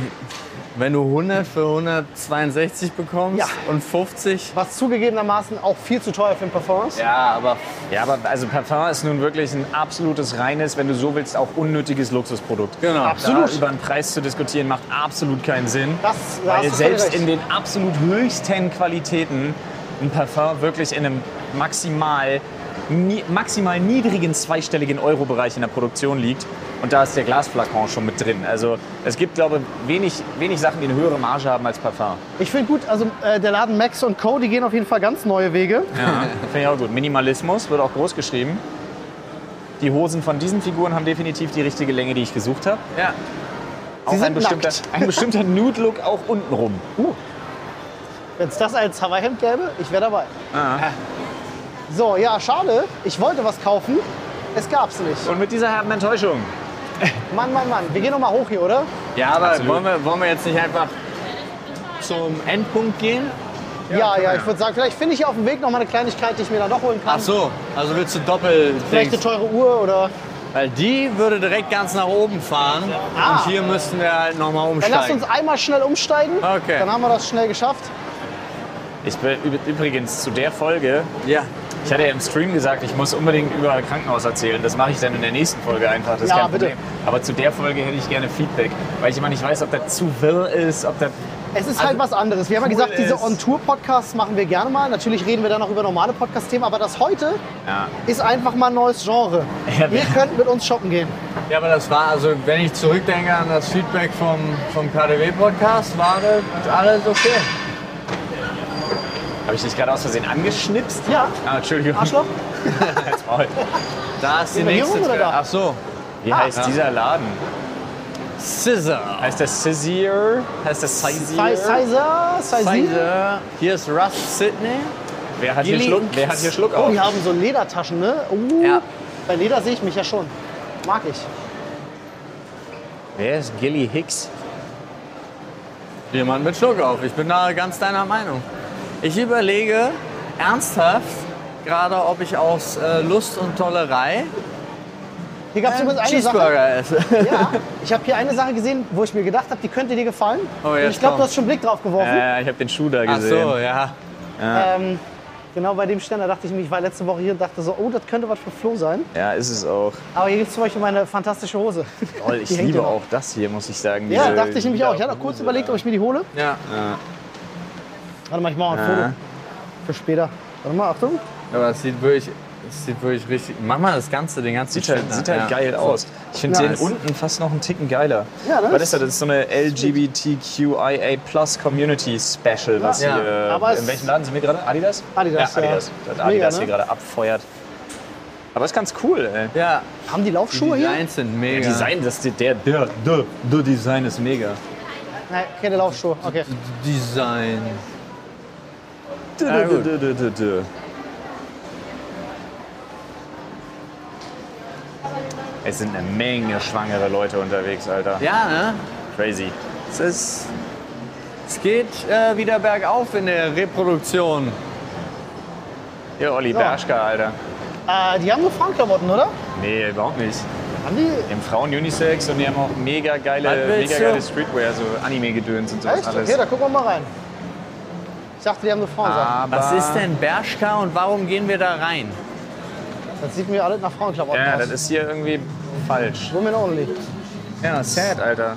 B: Wenn du 100 für 162 bekommst
A: Ja.
B: und 50.
A: Was zugegebenermaßen auch viel zu teuer für ein Performance.
C: Ja, aber, ja, aber also Parfum ist nun wirklich ein absolutes reines, wenn du so willst, auch unnötiges Luxusprodukt.
B: Genau.
C: Absolut. Da über einen Preis zu diskutieren macht absolut keinen Sinn.
A: Das- da hast
C: weil
A: du
C: selbst
A: völlig recht.
C: in den absolut höchsten Qualitäten ein Parfum wirklich in einem maximal, ni maximal niedrigen zweistelligen Euro-Bereich in der Produktion liegt. Und da ist der Glasflakon schon mit drin. Also es gibt, glaube ich, wenig, wenig Sachen, die eine höhere Marge haben als Parfum.
A: Ich finde gut, also äh, der Laden Max und Co., die gehen auf jeden Fall ganz neue Wege.
C: Finde ich auch gut. Minimalismus wird auch groß geschrieben. Die Hosen von diesen Figuren haben definitiv die richtige Länge, die ich gesucht habe.
B: Ja.
C: Auch
A: sind
C: ein bestimmter,
A: nackt. Uh.
C: ein bestimmter Nude-Look auch unten rum.
A: Wenn es das als Hawaii-Hemd gäbe, ich wäre dabei.
C: Ah.
A: So, ja, schade. Ich wollte was kaufen. Es gab's nicht.
C: Und mit dieser herben Enttäuschung.
A: Mann, Mann, Mann. Wir gehen noch mal hoch hier, oder?
B: Ja, aber
C: Absolut.
B: wollen wir, wollen wir jetzt nicht einfach zum Endpunkt gehen?
A: Ja, ja, ich würde sagen, vielleicht finde ich hier auf dem Weg noch mal eine Kleinigkeit, die ich mir dann noch holen kann.
B: Ach so, also willst du doppel
A: Vielleicht eine teure Uhr oder.
B: Weil die würde direkt ganz nach oben fahren.
A: Ah.
B: Und hier müssten wir halt nochmal
A: Dann lass uns
B: umsteigen.
A: einmal schnell umsteigen.
B: Okay.
A: Dann haben wir das schnell geschafft.
C: Ich bin üb- übrigens zu der Folge,
B: Ja.
C: ich hatte ja im Stream gesagt, ich muss unbedingt über Krankenhaus erzählen. Das mache ich dann in der nächsten Folge einfach. Das ist
A: Ja,
C: kein
A: bitte.
C: Problem. Aber zu der Folge hätte ich gerne Feedback. Weil ich immer nicht weiß, ob das zu will ist, ob das.
A: Es ist halt was anderes. Wir haben ja
C: cool
A: gesagt, diese
C: ist-
A: On-Tour-Podcasts machen wir gerne mal. Natürlich reden wir dann auch über normale Podcast-Themen, aber das heute ist einfach mal ein neues Genre.
C: Ja,
A: Ihr
C: wir-
A: könnt mit uns shoppen gehen.
B: Ja, aber das war, also wenn ich zurückdenke an das Feedback vom, vom KDW-Podcast, war das alles okay.
C: Habe ich dich gerade aus Versehen angeschnipst?
A: Ja.
C: Ah, Entschuldigung.
A: Arschloch?
C: Halt's Maul.
B: Da ist die
A: wir hier
B: nächste
A: rum oder
B: Tür.
A: da?
B: Ach so.
A: Ah.
C: Wie heißt dieser Laden?
B: Scissor.
C: Heißt das Sizier? Heißt das Sizier?
A: Sizer, Sizer.
B: Scissor. Hier ist Russ Sydney.
C: Wer hat, hier
B: Die
C: Schluck,
B: Links.
C: wer hat hier Schluck
A: Oh,
C: auf?
A: die haben so Ledertaschen, ne? Uh,
B: Ja.
A: Bei Leder sehe ich mich ja schon. Mag ich.
C: Wer ist Gilly Hicks?
B: Jemand mit Schluck auf. Ich bin da ganz deiner Meinung. Ich überlege ernsthaft gerade, ob ich aus äh, Lust und Tollerei
A: Hier gab es übrigens eine Sache.
B: Cheeseburger esse.
A: Ja, ich habe hier eine Sache gesehen, wo ich mir gedacht habe, die könnte dir gefallen.
B: Oh,
A: Und
B: jetzt
A: ich glaube, du
B: kommt's.
A: hast schon einen Blick drauf geworfen.
C: Äh, ich habe den Schuh da
B: Ach
C: gesehen.
B: so, ja.
A: Ähm, genau bei dem Ständer dachte ich mir, ich war letzte Woche hier und dachte so, oh, das könnte was für Flo sein.
C: Ja, ist es auch.
A: Aber hier gibt es zum Beispiel meine fantastische Hose.
C: Toll, ich
A: Die hängt
C: liebe
A: ja noch.
C: auch das hier, muss ich sagen.
A: Ja,
C: Diese-
A: dachte ich nämlich auch. Ich
C: Ja,
A: hatte auch kurz überlegt, ob ich mir die hole.
B: ja.
A: Warte mal, ich mache mal ein
C: Ja.
A: Foto. Für später. Warte mal, Achtung.
B: Aber es sieht wirklich, es sieht wirklich richtig. Mach mal das Ganze, den ganzen
C: Sieht halt,
B: Schnitt
C: sieht
B: nach,
C: halt
B: ja.
C: geil aus. Ich finde
A: Nice.
C: den unten fast noch einen Ticken geiler.
A: Ja, ne?
C: Was ist das? Das ist so eine LGBTQIA Community Special, was
B: Ja.
C: hier.
A: Aber es-
C: in welchem Laden sind wir gerade? Adidas?
A: Adidas,
C: Ja,
A: ja.
C: Adidas. Das
A: Mega,
C: Adidas
A: ne?
C: hier gerade abfeuert. Aber ist ganz cool, ey.
B: Ja,
A: Haben die
B: die
A: Laufschuhe hier?
B: Designs sind mega.
C: Design, das, der, der, der, der, der Design ist mega.
A: Nein, keine Laufschuhe. Okay.
B: Design.
C: Ja,
B: gut.
C: dö, dö, dö, dö. Es sind eine Menge schwangere Leute unterwegs, Alter.
B: Ja, ne?
C: Crazy.
B: Es ist. Es geht äh, wieder bergauf in der Reproduktion.
C: Ja, Olli Berschka, Alter.
A: Äh, die haben nur Frauenklamotten, oder?
C: Nee, überhaupt nicht.
A: Haben die?
C: Die haben Frauen Unisex und die haben auch mega
B: Was
C: geile,
B: willst
C: mega
B: du?
C: geile Streetwear, so Anime-Gedöns und sowas
A: Echt?
C: alles.
A: Okay, da gucken wir mal rein. Ich dachte, die haben nur Frauensachen.
C: Aber
B: Was ist denn Bershka und warum gehen wir da rein?
A: Das sieht mir alles nach Frauenklamotten
C: Ah. Ja,
A: aus.
C: das ist hier irgendwie falsch.
A: Women only.
C: Ja, sad, Alter.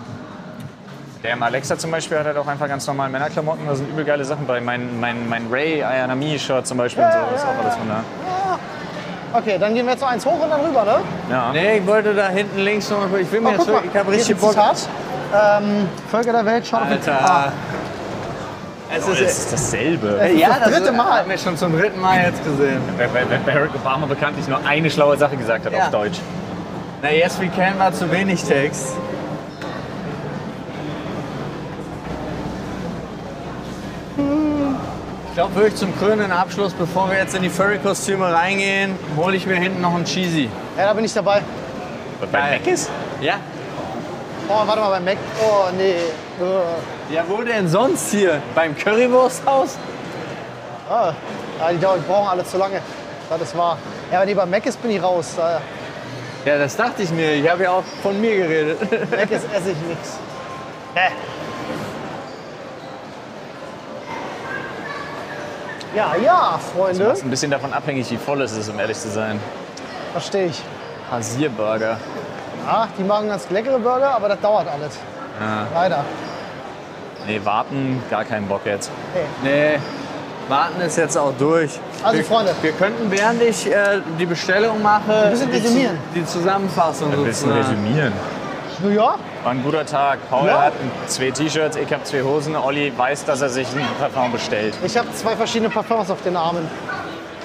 C: Der im Alexa zum Beispiel hat halt auch einfach ganz normale Männerklamotten, da sind übel geile Sachen bei. Mein, mein, mein Ray Ayanami-Shirt zum Beispiel und so, ist auch alles von da.
A: Okay, dann gehen wir jetzt noch eins hoch und dann rüber, ne?
C: Ja.
B: Nee, ich wollte da hinten links noch. Ich will mir
A: Oh,
B: jetzt
A: guck mal.
B: wirklich, ich habe
A: Hier ist
B: richtig
A: ein
B: Bock.
A: Zitat. Ähm, Völker der Welt, Ah, schaut auf den
B: Alter. Es ist.
C: Das ist dasselbe.
A: ist das dritte Mal.
B: Haben wir schon zum dritten Mal jetzt gesehen.
C: Weil, weil, weil Barack Obama bekanntlich nur eine schlaue Sache gesagt hat
B: Ja.
C: auf Deutsch.
B: Na, yes we can war zu wenig Text. Ich glaube wirklich zum krönenden Abschluss, bevor wir jetzt in die Furry-Kostüme reingehen, hole ich mir hinten noch einen Cheesy.
A: Ja, da bin ich dabei.
C: Und bei
B: Geil.
C: Mac ist?
B: Ja?
A: Oh, warte mal, beim Mac. Oh, nee. Äh,
B: Ja, wo denn sonst hier? Beim Currywursthaus?
A: Ah, Äh, ja, die dauern, brauchen alle zu lange. Das ist wahr. Ja, wenn die beim Mac ist, bin ich raus. Da
B: Ja, das dachte ich mir. Ich habe ja auch von mir geredet.
A: Leckes esse ich nix. Hä? Ja, ja, Freunde.
C: Das ist ein bisschen davon abhängig, wie voll es ist, um ehrlich zu sein.
A: Verstehe ich.
C: Hasierburger.
A: Ah, die machen ganz leckere Burger, aber das dauert alles. Leider.
C: Nee, warten, gar keinen Bock jetzt.
B: Nee, warten ist jetzt auch durch.
A: Also,
B: wir,
A: Freunde.
B: Wir könnten, während ich äh, die Bestellung mache,
A: bisschen
B: die,
A: resümieren.
B: die Zusammenfassung
C: Ein bisschen
B: sozusagen.
C: resümieren.
A: New York?
C: War ein guter Tag. Paul
A: Ja.
C: hat zwei T-Shirts, ich habe zwei Hosen. Olli weiß, dass er sich ein Parfum bestellt.
A: Ich habe zwei verschiedene Parfums auf den Armen.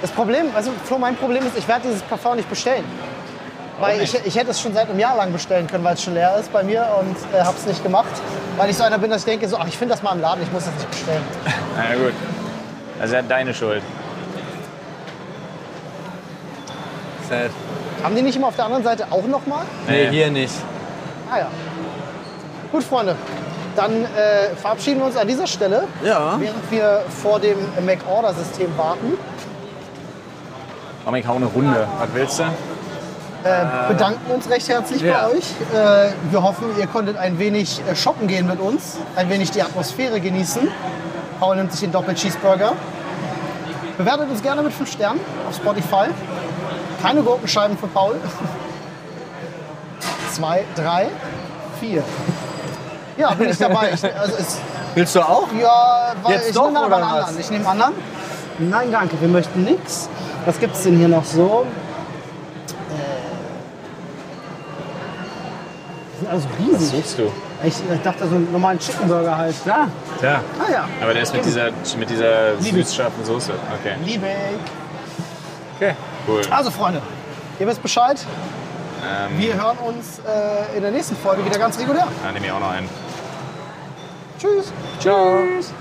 A: Das Problem, also Flo, mein Problem ist, ich werde dieses Parfum nicht bestellen. Weil ich, ich hätte es schon seit einem Jahr lang bestellen können, weil es schon leer ist bei mir und äh, habe es nicht gemacht. Weil ich so einer bin, dass ich denke, so, ach, ich finde das mal im Laden, ich muss das nicht bestellen.
C: Na gut. Also er hat deine Schuld.
B: Sad.
A: Haben die nicht immer auf der anderen Seite auch nochmal?
B: Nee, hier nicht.
A: Ah ja. Gut, Freunde, dann äh, verabschieden wir uns an dieser Stelle,
B: Ja.
A: während wir vor dem Make-Order-System warten.
C: Komm, ich hau eine Runde. Was willst du?
A: äh, bedanken uns recht herzlich
B: ja.
A: bei euch. Äh, wir hoffen, ihr konntet ein wenig äh, shoppen gehen mit uns, ein wenig die Atmosphäre genießen. Paul nimmt sich den Doppel-Cheeseburger. Bewertet uns gerne mit 5 Sternen auf Spotify. Keine Gurkenscheiben für Paul. Zwei, drei, vier. Ja, bin ich dabei. Ich, also es,
B: Willst du auch?
A: ja, weil
B: Jetzt
A: ich
B: doch,
A: nehme aber einen
B: oder was?
A: anderen. Ich nehme einen anderen. Nein, danke, wir möchten nichts. Was gibt's denn hier noch so? Äh, die sind also riesig.
C: Suchst du?
A: Ich, ich dachte, so einen normalen Chicken Burger halt.
B: Ja.
C: Ja.
A: Ah ja.
C: Aber der ist mit dieser, mit dieser
A: Liebe.
C: süß-scharfen Soße. Okay,
A: Liebe.
C: cool.
A: Also, Freunde, ihr wisst Bescheid. Wir hören uns äh, in der nächsten Folge wieder ganz regulär.
C: Dann nehme ich auch noch einen.
A: Tschüss.
B: Ciao.
A: Tschüss.